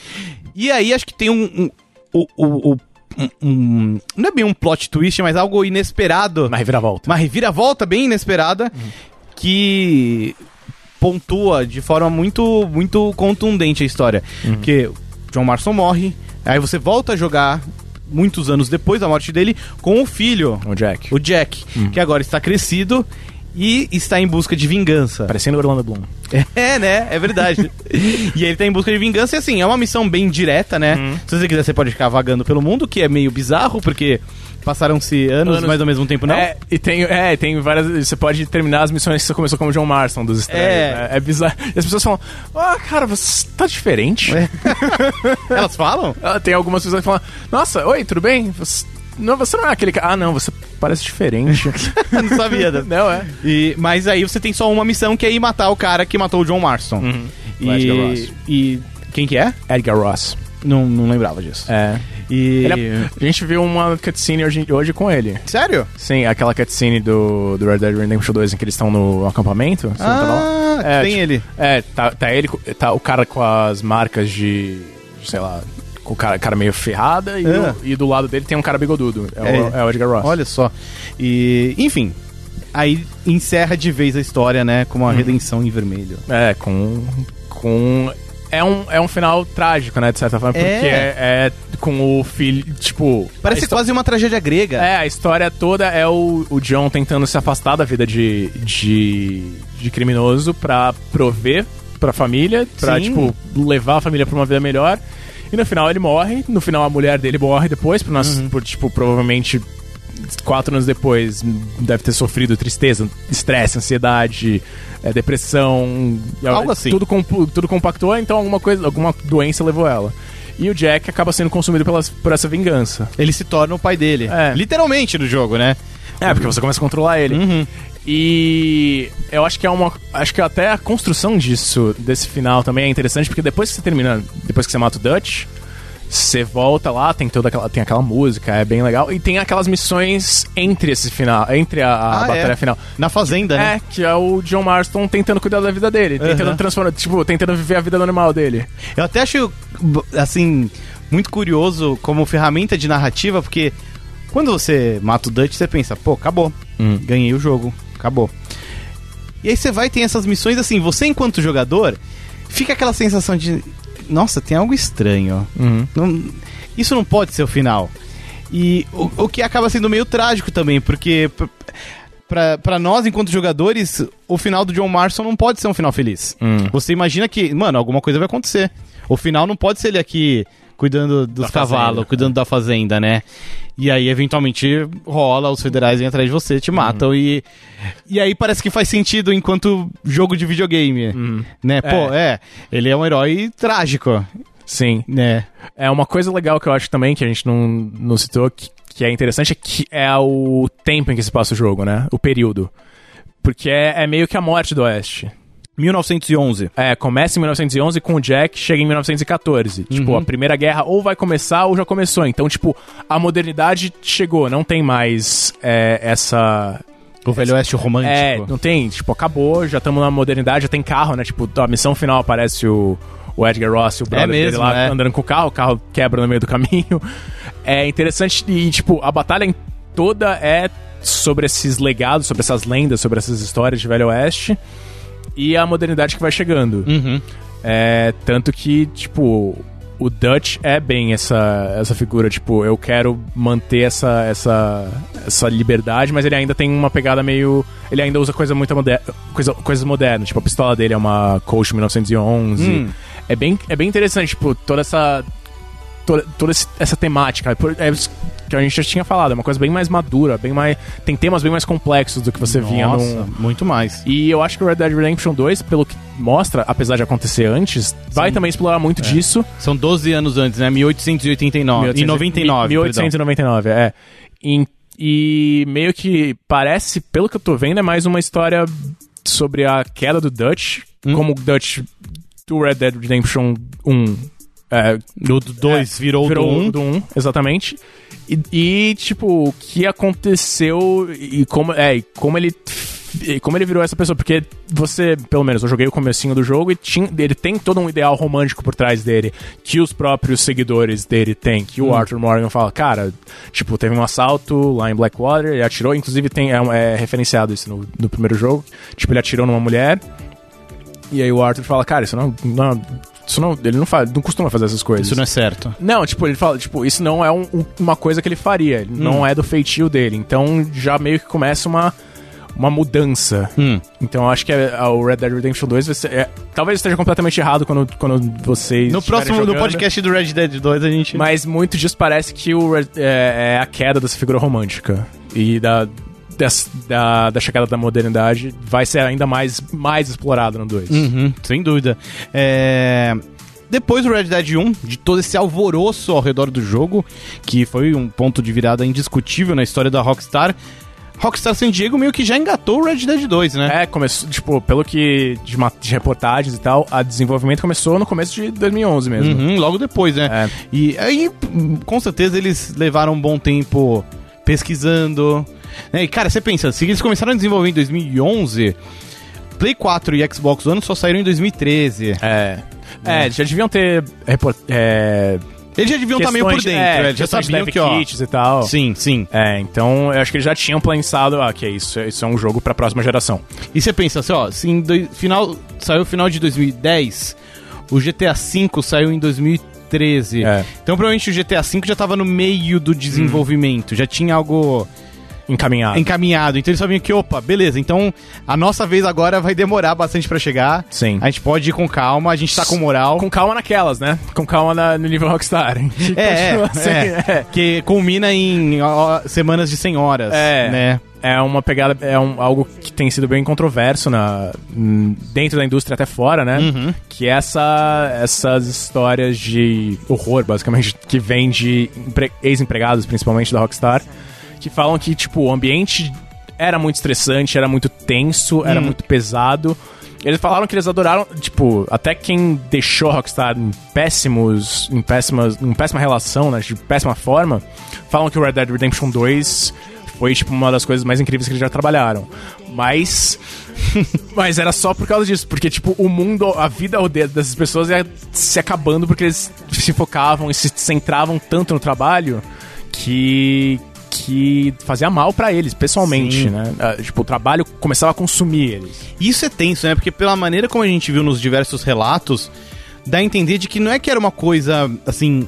E aí acho que tem um. um- o- o- o- um- um- não é bem um plot twist, mas algo inesperado Na reviravolta. uma reviravolta bem inesperada que pontua de forma muito muito contundente a história. Uhum. Porque John Marston morre, aí você volta a jogar muitos anos depois da morte dele com o filho, O Jack. Uhum. o Jack, que agora está crescido e está em busca de vingança. Parecendo o Orlando Bloom. É, né? É <laughs> verdade. e ele tá em busca de vingança e assim, é uma missão bem direta, né? Uhum. Se você quiser, você pode ficar vagando pelo mundo, que é meio bizarro, porque passaram-se anos, Anos. mas ao mesmo tempo não. É, e tem, é, tem várias. Você pode terminar as missões que você começou como John Marston dos estranhos. É. né? é bizarro. E as pessoas falam: Ah, cara, você tá diferente. É. Elas falam? Ah, Tem algumas pessoas que falam: Nossa, oi, tudo bem? Você não, você não é aquele cara. Ah, não, você <laughs> parece diferente. Eu não sabia. dessa. <laughs> não, é. Né? E- mas aí você tem só uma missão que é ir matar o cara que matou o John Marston. Uhum. O Edgar E, Ross. e quem que é? Edgar Ross. Não, não lembrava disso. É. E Ele é- a gente viu uma cutscene hoje, hoje com ele. sério? Sim, aquela cutscene do, do Red Dead Redemption 2 em que eles estão no acampamento. Você não tava lá? Ah, É, tem tipo- ele. É, tá, tá ele, co- tá o cara com as marcas de, de, sei lá, com o cara, cara meio ferrada e, É. o- e do lado dele tem um cara bigodudo. É, O, É. é o Edgar Ross. Olha só. E enfim, aí encerra de vez a história, né, com Uhum. uma redenção em vermelho. É, com. com é, um, é um final trágico, né, de certa forma, É. porque é, é com o filho. Tipo. Parece quase uma tragédia grega. É, a história toda é o, o John tentando se afastar da vida de, de, de criminoso pra prover pra família, pra, Sim. tipo, levar a família pra uma vida melhor. E no final ele morre, no final a mulher dele morre depois, por, Uhum. nós, por tipo, provavelmente quatro anos depois deve ter sofrido tristeza, estresse, ansiedade, eh, depressão, é, Algo assim. Tudo, compu- tudo compactou, então alguma coisa, alguma doença levou ela. E o Jack acaba sendo consumido pelas, por essa vingança. Ele se torna o pai dele. É. Literalmente no jogo, né? É, porque você começa a controlar ele. Uhum. E eu acho que é uma. Acho que até a construção disso, desse final também é interessante, porque depois que você termina, depois que você mata o Dutch, você volta lá, tem toda aquela. Tem aquela música, é bem legal. E tem aquelas missões entre esse final, entre a, a Ah, batalha é. final. Na fazenda, né? É, que é o John Marston tentando cuidar da vida dele, tentando Aham. transformar, tipo, tentando viver a vida normal dele. Eu até acho, assim, muito curioso como ferramenta de narrativa, porque quando você mata o Dutch, você pensa, pô, acabou. Ganhei o jogo, acabou. E aí você vai e tem essas missões, assim, você enquanto jogador, fica aquela sensação de, nossa, tem algo estranho. Não- isso não pode ser o final. E o, o que acaba sendo meio trágico também, porque p- pra pra nós, enquanto jogadores, o final do John Marston não pode ser um final feliz. Hum. Você imagina que, mano, alguma coisa vai acontecer. O final não pode ser ele aqui cuidando dos Da cavalos, fazenda. cuidando da fazenda, né? E aí, eventualmente, rola, os federais vêm atrás de você, te matam e. E aí parece que faz sentido enquanto jogo de videogame. Né? Pô, é. Ele é um herói trágico, Sim. né? É uma coisa legal que eu acho também, que a gente não, não citou, que, que é interessante, é que é o tempo em que se passa o jogo, né? O período. Porque é, é meio que a morte do Oeste. 1911. É, começa em 1911 com o Jack, chega em 1914. Tipo, a Primeira Guerra ou vai começar ou já começou. Então, tipo, a modernidade chegou, não tem mais é, essa. O Velho Oeste romântico. É, não tem, tipo, acabou, já estamos na modernidade, já tem carro, né? Tipo, a missão final aparece o, o Edgar Ross e o brother dele mesmo, lá é. andando com o carro, o carro quebra no meio do caminho. <laughs> É interessante e, tipo, a batalha em- toda é sobre esses legados, sobre essas lendas, sobre essas histórias de Velho Oeste e a modernidade que vai chegando. Uhum. É, tanto que, tipo, o Dutch é bem essa, essa figura, tipo, eu quero manter essa, essa, essa liberdade, mas ele ainda tem uma pegada meio. Ele ainda usa coisa muito moder coisa, coisas modernas, tipo, a pistola dele é uma Colt 1911. Hum. É, bem, é bem interessante, tipo, toda essa. Toda, toda esse- essa temática. Por- É isso que a gente já tinha falado, é uma coisa bem mais madura, bem mais. Tem temas bem mais complexos do que você vinha num, Nossa, muito mais. e eu acho que o Red Dead Redemption 2, pelo que mostra, apesar de acontecer antes, vai também explorar muito disso. São 12 anos antes, né? 1889. E 99, 1899, é. E, e meio que parece, pelo que eu tô vendo, é mais uma história sobre a queda do Dutch, como o Dutch do Red Dead Redemption 1 é, perdão. O 2 É. virou, virou o 1. do 1, exatamente. E, e, tipo, o que aconteceu e como, é, e como ele e como ele virou essa pessoa, porque você, pelo menos, eu joguei o comecinho do jogo e tinha, ele tem todo um ideal romântico por trás dele, que os próprios seguidores dele têm, que o Arthur Morgan fala, cara, tipo, teve um assalto lá em Blackwater, ele atirou, inclusive tem, é, um- é referenciado isso no, no primeiro jogo, tipo, ele atirou numa mulher, e aí o Arthur fala, cara, isso não, não isso não, ele não faz, não costuma fazer essas coisas. Isso não é certo. Não, tipo, ele fala, tipo, isso não é um- um- uma coisa que ele faria, ele Hum. não é do feitio dele. Então já meio que começa uma, uma mudança. Hum. Então eu acho que é, a- o Red Dead Redemption 2 vai ser. é, talvez eu esteja completamente errado quando, quando vocês. No estiverem próximo no jogando, podcast do Red Dead 2, a gente. Mas muito disso parece que o Red- é, é a queda dessa figura romântica. E da, des- da, da chegada da modernidade vai ser ainda mais, mais explorado no 2. Uhum, sem dúvida. É, Depois do Red Dead 1, de todo esse alvoroço ao redor do jogo, que foi um ponto de virada indiscutível na história da Rockstar, Rockstar San Diego meio que já engatou o Red Dead 2, né? É, começou, tipo, pelo que de, ma- de reportagens e tal, a desenvolvimento começou no começo de 2011 mesmo. Uhum, logo depois, né? É. E aí, p- com certeza, eles levaram um bom tempo pesquisando. né? E, cara, você pensa, se eles começaram a desenvolver em 2011, Play 4 e Xbox One só saíram em 2013. É. É, já deviam ter repor- é, Eles já deviam estar meio por questões de- dentro, é, né? eles já questões de sabiam dev que, ó... kits e tal. Sim, sim. É, então eu acho que eles já tinham pensado, ah, que é isso, isso é um jogo pra próxima geração. E você pensa assim, ó, se em doi- final, saiu final de 2010, o GTA V saiu em 2013. É. Então provavelmente o GTA V já tava no meio do desenvolvimento, já tinha algo Encaminhado. encaminhado. Então eles sabiam que, opa, beleza, então a nossa vez agora vai demorar bastante pra chegar. Sim. A gente pode ir com calma, a gente tá com moral. Com calma naquelas, né? Com calma na- no nível Rockstar. <laughs> Que É, é, continua assim, é. que culmina em ó, semanas de 100 horas, É. né? é uma pegada, é um- algo que tem sido bem controverso na, hum, dentro da indústria até fora, né? Que é essa, essas histórias de horror, basicamente, que vem de empre- ex-empregados, principalmente da Rockstar, que falam que, tipo, o ambiente era muito estressante, era muito tenso, era muito pesado. Eles falaram que eles adoraram, tipo, até quem deixou a Rockstar em péssimos, em péssimas, em péssima relação, né, de péssima forma, falam que o Red Dead Redemption 2 foi tipo uma das coisas mais incríveis que eles já trabalharam. Mas <laughs> mas era só por causa disso, porque tipo, o mundo, a vida ao dedo dessas pessoas ia se acabando porque eles se focavam e se centravam tanto no trabalho que que fazia mal pra eles pessoalmente, Sim. né? Ah, Tipo, o trabalho começava a consumir eles. Isso é tenso, né? Porque pela maneira como a gente viu nos diversos relatos, dá a entender de que não é que era uma coisa, assim,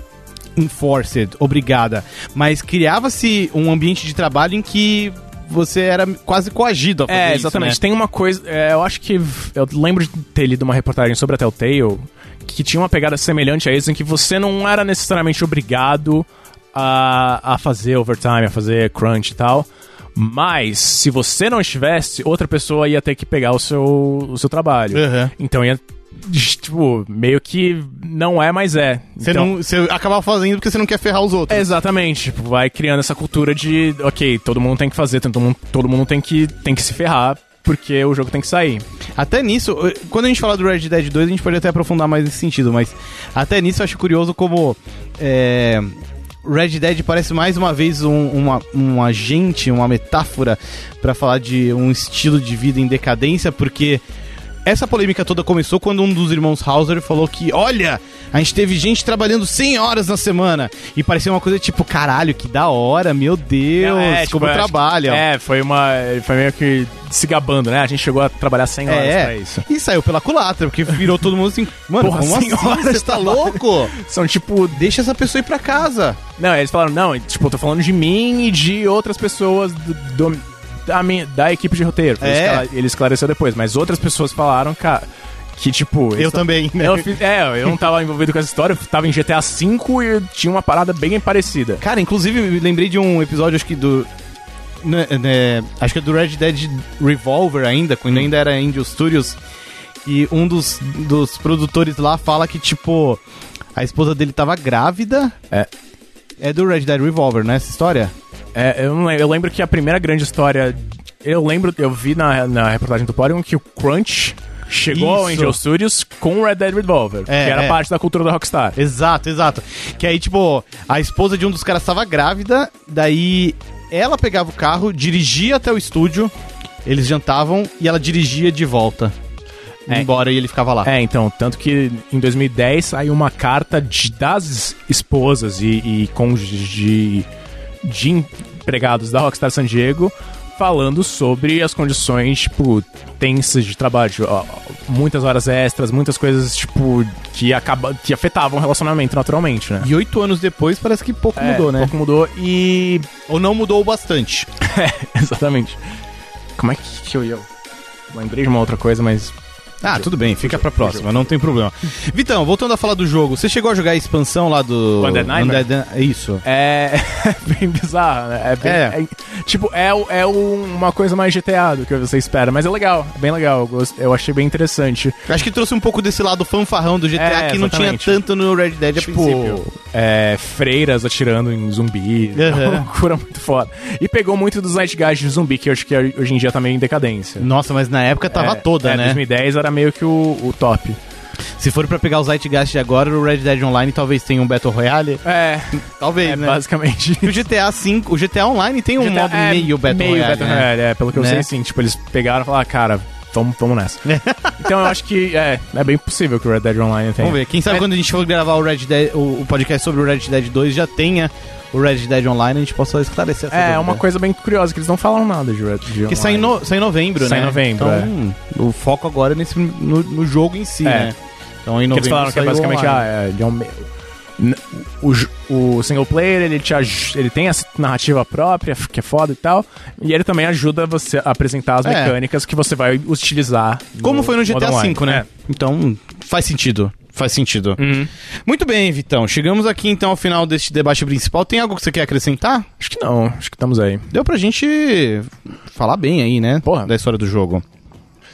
enforced, obrigada, mas criava-se um ambiente de trabalho em que você era quase coagido a fazer É, isso, exatamente. né? Tem uma coisa. é, eu acho que. Eu lembro de ter lido uma reportagem sobre a Telltale que tinha uma pegada semelhante a isso, em que você não era necessariamente obrigado a, a fazer overtime, a fazer crunch e tal. Mas, se você não estivesse, outra pessoa ia ter que pegar o seu, o seu trabalho. Uhum. Então ia. Tipo, meio que não é, mas é. Você, então, não, você acabava fazendo porque você não quer ferrar os outros. Exatamente, tipo, vai criando essa cultura de, ok, todo mundo tem que fazer, todo mundo, todo mundo tem, que, tem que se ferrar, porque o jogo tem que sair. Até nisso, eh, quando a gente fala do Red Dead 2, a gente pode até aprofundar mais nesse sentido, mas até nisso eu acho curioso como é, Red Dead parece mais uma vez um, uma, um agente, uma metáfora pra falar de um estilo de vida em decadência, porque essa polêmica toda começou quando um dos irmãos Hauser falou que, olha, a gente teve gente trabalhando 100 horas na semana. E parecia uma coisa tipo, caralho, que da hora, meu Deus, como tipo, acho- trabalham. É, foi uma. Foi meio que se gabando, né? A gente chegou a trabalhar 100 horas pra isso. É, E saiu pela culatra, porque virou todo mundo <laughs> assim, mano, Porra, como assim? senhora, Você tá louco? São tipo. Deixa essa pessoa ir pra casa. Não, eles falaram, não, tipo, eu tô falando de mim e de outras pessoas do. do- da, minha, da equipe de roteiro. Foi isso É. que ela- ele esclareceu depois. Mas outras pessoas falaram, cara, que tipo. eles Eu tão- também, né? Eu fiz- é, eu não tava envolvido com essa história, eu tava em GTA V e tinha uma parada bem parecida. Cara, inclusive, me lembrei de um episódio, acho que do. né, né, acho que é do Red Dead Revolver ainda, quando ainda era Angel Studios. E um dos, dos produtores lá fala que, tipo, a esposa dele tava grávida. É. É do Red Dead Revolver, né? Essa história? É, eu, não lembro, eu lembro que a primeira grande história. Eu lembro, eu vi na, na reportagem do Polygon que o Crunch chegou ao Isso. Angel Studios com o Red Dead Revolver, É, que era é. parte da cultura da Rockstar. Exato, exato. Que aí, tipo, a esposa de um dos caras tava grávida, daí ela pegava o carro, dirigia até o estúdio, eles jantavam e ela dirigia de volta. É. Embora e ele ficava lá. É, então, tanto que em 2010 saiu uma carta de- das esposas e, e cônjuges de, de empregados da Rockstar San Diego falando sobre as condições, tipo, tensas de trabalho, tipo, ó, muitas horas extras, muitas coisas, tipo, que, acaba, que afetavam o relacionamento naturalmente, né? E oito anos depois parece que pouco É, mudou, né? Pouco mudou e. <laughs> Ou não mudou bastante. Exatamente. Como é que, que eu ia. Lembrei de uma outra coisa, mas. Ah, tudo bem, fica pra próxima, não tem problema. Vitão, voltando a falar do jogo, você chegou a jogar a expansão lá do. Undead Nightmare? Undead- Isso. É, <laughs> é bem bizarro, né? É, bem- É. é- tipo, é, o- é o- uma coisa mais GTA do que você espera, mas é legal, é bem legal. Eu, gost- eu achei bem interessante. Acho que trouxe um pouco desse lado fanfarrão do GTA É, que não tinha exatamente. tanto no Red Dead a princípio. tipo, é, freiras atirando em zumbi. Uhum. É uma loucura muito foda. E pegou muito dos Nightguys de zumbi, que eu acho que hoje em dia tá meio em decadência. Nossa, mas na época tava É, toda, é, né? 2010 era meio que o, o top. Se for pra pegar o Zeitgeist de agora, o Red Dead Online talvez tenha um Battle Royale. É, Talvez, é né? basicamente E o GTA V, o GTA Online tem um GTA modo é meio Battle meio Royale. Battle né? Royale, é, pelo que eu Né? sei, sim. Tipo, eles pegaram e falaram, "Ah, cara, vamos, vamos nessa. <laughs> então eu acho que é, é bem possível que o Red Dead Online tenha. Vamos ver. Quem sabe É. quando a gente for gravar o Red Dead, o, o podcast sobre o Red Dead 2 já tenha o Red Dead Online, a gente possa esclarecer essa É, dúvida. uma coisa bem curiosa, que eles não falaram nada de Red Dead Online. que sai em, no- sai em novembro, Sai né? em novembro, Então, é. hum, o foco agora é nesse, no, no jogo em si, É. né? Então, em Que novembro eles falaram que sai é o basicamente, online. ah, é, ele é um... me- N- O, j- o single player, ele, te aj- ele tem essa narrativa própria, que é foda e tal, e ele também ajuda você a apresentar as É. mecânicas que você vai utilizar. Como foi no é modo GTA online. V, né? Então, faz sentido. Faz sentido. É. Uhum. Muito bem, Vitão. Chegamos aqui então ao final deste debate principal. Tem algo que você quer acrescentar? Acho que não, acho que estamos aí. Deu pra gente falar bem aí, né? Porra. Da história do jogo.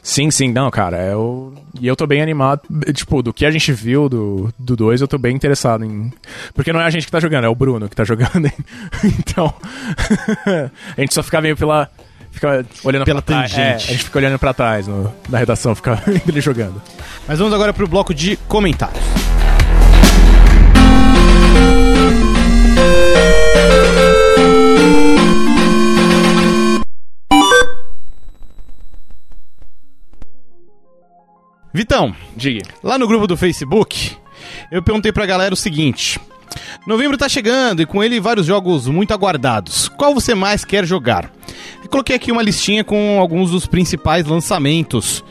Sim, sim, não, cara. Eu... E eu tô bem animado. Tipo, do que a gente viu do 2, do dois, eu tô bem interessado em. Porque não é a gente que tá jogando, é o Bruno que tá jogando. <laughs> então. <laughs> a gente só fica meio pela. Fica olhando Pela pra trás. É, a tangente. gente fica olhando pra trás no- na redação, fica <laughs> vendo ele jogando. Mas vamos agora pro bloco de comentários. Vitão, Diga. lá no grupo do Facebook, eu perguntei pra galera o seguinte: Novembro tá chegando e com ele vários jogos muito aguardados. Qual você mais quer jogar? Eu coloquei aqui uma listinha com alguns dos principais lançamentos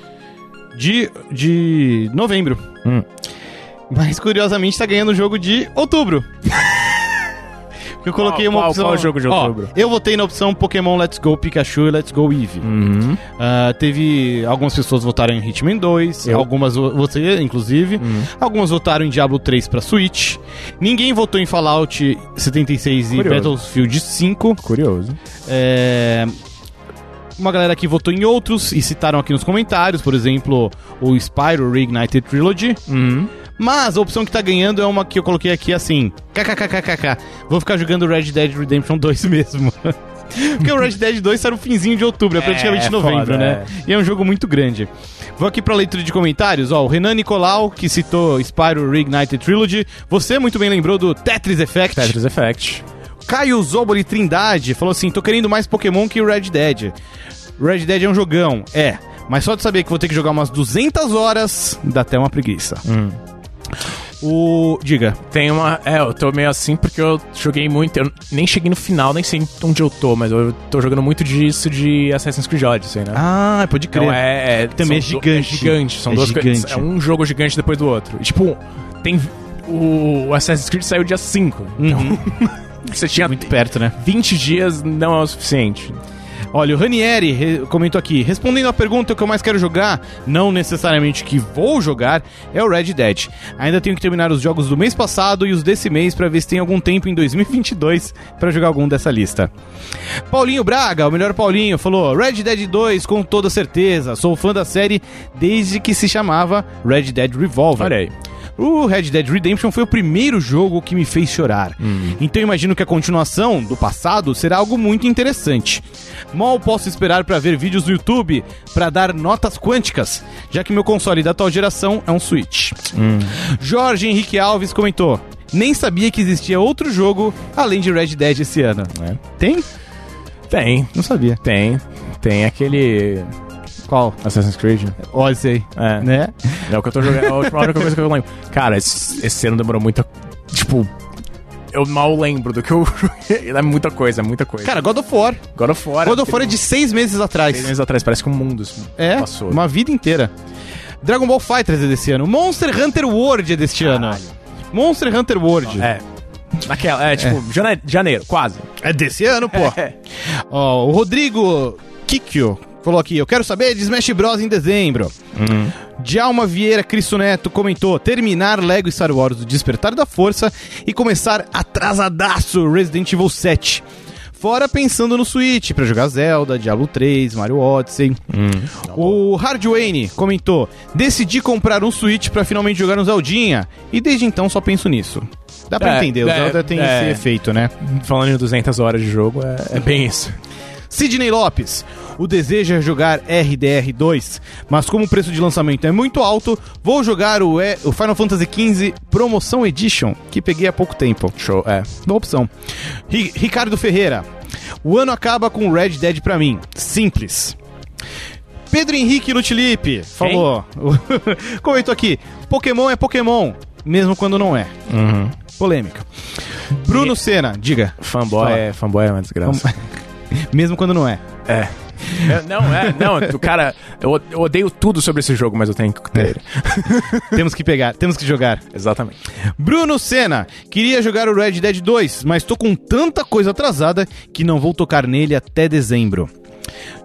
de, de novembro. Hum. Mas curiosamente tá ganhando o jogo de <laughs> outubro. Eu coloquei Qual- uma qual- opção. qual jogo de Ó, outubro? eu votei na opção Pokémon Let's Go Pikachu e Let's Go Eevee. Uhum. Ah, teve algumas pessoas votaram em Hitman 2, Eu. Hum. algumas vo- você inclusive, algumas votaram em Diablo 3 pra Switch. Ninguém votou em Fallout 76 Curioso. e Battlefield 5. Curioso. É, Uma galera que votou em outros e citaram aqui nos comentários, por exemplo, o Spyro Reignited Trilogy. Uhum. Mas a opção que tá ganhando é uma que eu coloquei aqui assim: kkkkk. Vou ficar jogando Red Dead Redemption 2 <laughs> mesmo. Porque o Red Dead 2 sai no finzinho de outubro, é praticamente é novembro, foda, né? E é um jogo muito grande. Vou aqui pra leitura de comentários, ó. O Renan Nicolau, que citou Spyro Reignited Trilogy. Você muito bem lembrou do Tetris Effect. Tetris Effect. Caio Zoboli Trindade falou assim: tô querendo mais Pokémon que o Red Dead. Red Dead é um jogão, é. Mas só de saber que vou ter que jogar umas 200 horas, dá até uma preguiça. O. Diga. Tem uma. É, eu tô meio assim porque eu joguei muito. Eu nem cheguei no final, nem sei onde eu tô, mas eu tô jogando muito disso de Assassin's Creed Odyssey, né? Ah, pode crer. Então é, é- Também são é do- gigante. é gigante. São É duas coisas. gigante. É um jogo gigante depois do outro. E, tipo, tem. O Assassin's Creed saiu dia 5. Uhum. <laughs> Você tinha Muito perto, né? 20 dias, não é o suficiente. Olha, o Ranieri re- comentou aqui: respondendo à pergunta o que eu mais quero jogar, não necessariamente que vou jogar, é o Red Dead. Ainda tenho que terminar os jogos do mês passado e os desse mês pra ver se tem algum tempo em 2022 pra jogar algum dessa lista. Paulinho Braga, o melhor Paulinho, falou: Red Dead 2 com toda certeza. Sou fã da série desde que se chamava Red Dead Revolver. Olha aí. O Red Dead Redemption foi o primeiro jogo que me fez chorar. Então eu imagino que a continuação do passado será algo muito interessante. Mal posso esperar para ver vídeos no YouTube para dar notas quânticas, já que meu console da atual geração é um Switch. Jorge Henrique Alves comentou: "Nem sabia que existia outro jogo além de Red Dead esse ano". É. Tem? Tem, Não sabia. tem. Tem aquele. Qual? Assassin's Creed. Odyssey, É. né? É o que eu tô jogando. É a última- a única coisa que eu lembro. Cara, esse, esse ano demorou muita. Tipo. Eu mal lembro do que eu <laughs> joguei. É muita coisa, é muita coisa. Cara, God of War. God of War. God of War é de seis meses atrás. Três meses atrás, parece que um mundo assim, É, passou. uma vida inteira. Dragon Ball Fighters é desse ano. Monster Hunter World é deste ano. Monster Hunter World. É. Naquela, é tipo, jane- janeiro, quase. É desse ano, pô. Ó, o Rodrigo Kikio falou aqui: Eu quero saber de Smash Bros. em dezembro. Uhum. Djalma Vieira Cristo Neto comentou: terminar Lego Star Wars o Despertar da Força e começar atrasadaço Resident Evil 7. Fora pensando no Switch pra jogar Zelda, Diablo 3, Mario Odyssey. Hum. Tá o Hard Wayne comentou: decidi comprar um Switch pra finalmente jogar um Zeldinha e desde então só penso nisso. Dá pra É, entender, o é, Zelda tem é. esse efeito, né? Falando em 200 horas de jogo, é, é bem isso. Sidney Lopes. O desejo é jogar RDR2, mas como o preço de lançamento é muito alto, vou jogar o, E- o Final Fantasy XV Promoção Edition, que peguei há pouco tempo. Show, é. Boa opção. Ri- Ricardo Ferreira. O ano acaba com Red Dead pra mim. Simples. Pedro Henrique Lutilipe falou. <laughs> Comentou aqui: Pokémon é Pokémon, mesmo quando não é. Polêmica. Bruno Senna, diga. Fanboy, Fala. é, fanboy é uma desgraça. Mesmo quando não é. É. É, Não, é, não, o cara, eu, o- eu odeio tudo sobre esse jogo, mas eu tenho que ter. Temos que pegar, temos que jogar. É. Exatamente. Bruno Senna, queria jogar o Red Dead 2, mas tô com tanta coisa atrasada que não vou tocar nele até dezembro.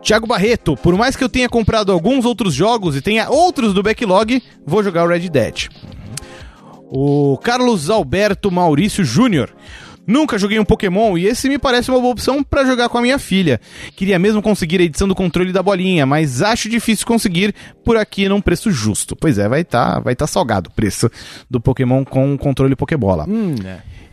Thiago Barreto, por mais que eu tenha comprado alguns outros jogos e tenha outros do backlog, vou jogar o Red Dead. O Carlos Alberto Maurício Júnior. Nunca joguei um Pokémon e esse me parece uma boa opção pra jogar com a minha filha. Queria mesmo conseguir a edição do controle da bolinha, mas acho difícil conseguir por aqui num preço justo. Pois é, vai estar vai tá salgado o preço do Pokémon com o controle Pokébola.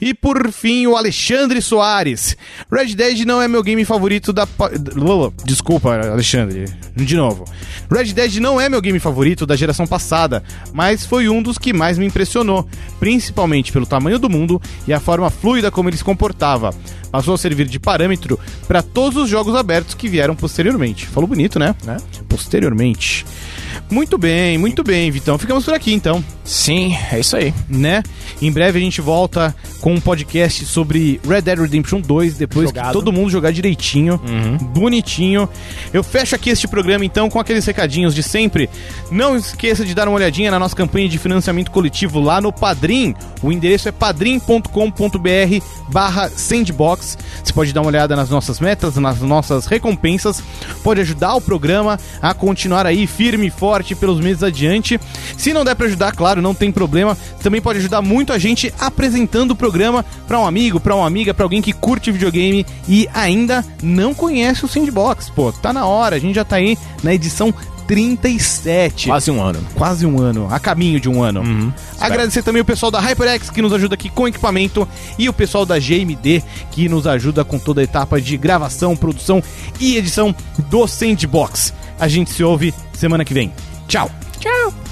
E por fim, o Alexandre Soares. Red Dead não é meu game favorito da. pa- Lolo, Desculpa, Alexandre. De novo. Red Dead não é meu game favorito da geração passada, mas foi um dos que mais me impressionou, principalmente pelo tamanho do mundo e a forma fluida como ele se comportava. Passou a servir de parâmetro para todos os jogos abertos que vieram posteriormente. Falou bonito, né? Né? Posteriormente. Muito bem, muito bem, Vitão. Ficamos por aqui então Sim, é isso aí. né? Em breve a gente volta com um podcast sobre Red Dead Redemption 2, depois que Jogado. todo mundo jogar direitinho, bonitinho. Eu fecho aqui este programa então com aqueles recadinhos de sempre. Não esqueça de dar uma olhadinha na nossa campanha de financiamento coletivo lá no Padrim. O endereço é padrim.com.br barra sandbox. Você pode dar uma olhada nas nossas metas, nas nossas recompensas. Pode ajudar o programa a continuar aí firme e forte pelos meses adiante. Se não der para ajudar, claro, não tem problema. Também pode ajudar muito a gente apresentando o programa para um amigo, para uma amiga, para alguém que curte videogame e ainda não conhece o Sandbox. Pô, tá na hora, a gente já tá aí na edição 37 Quase um ano. quase um ano, a caminho de um ano. Agradecer também o pessoal da HyperX que nos ajuda aqui com equipamento e o pessoal da GMD que nos ajuda com toda a etapa de gravação, produção e edição do Sandbox. A gente se ouve semana que vem. Tchau. Tchau.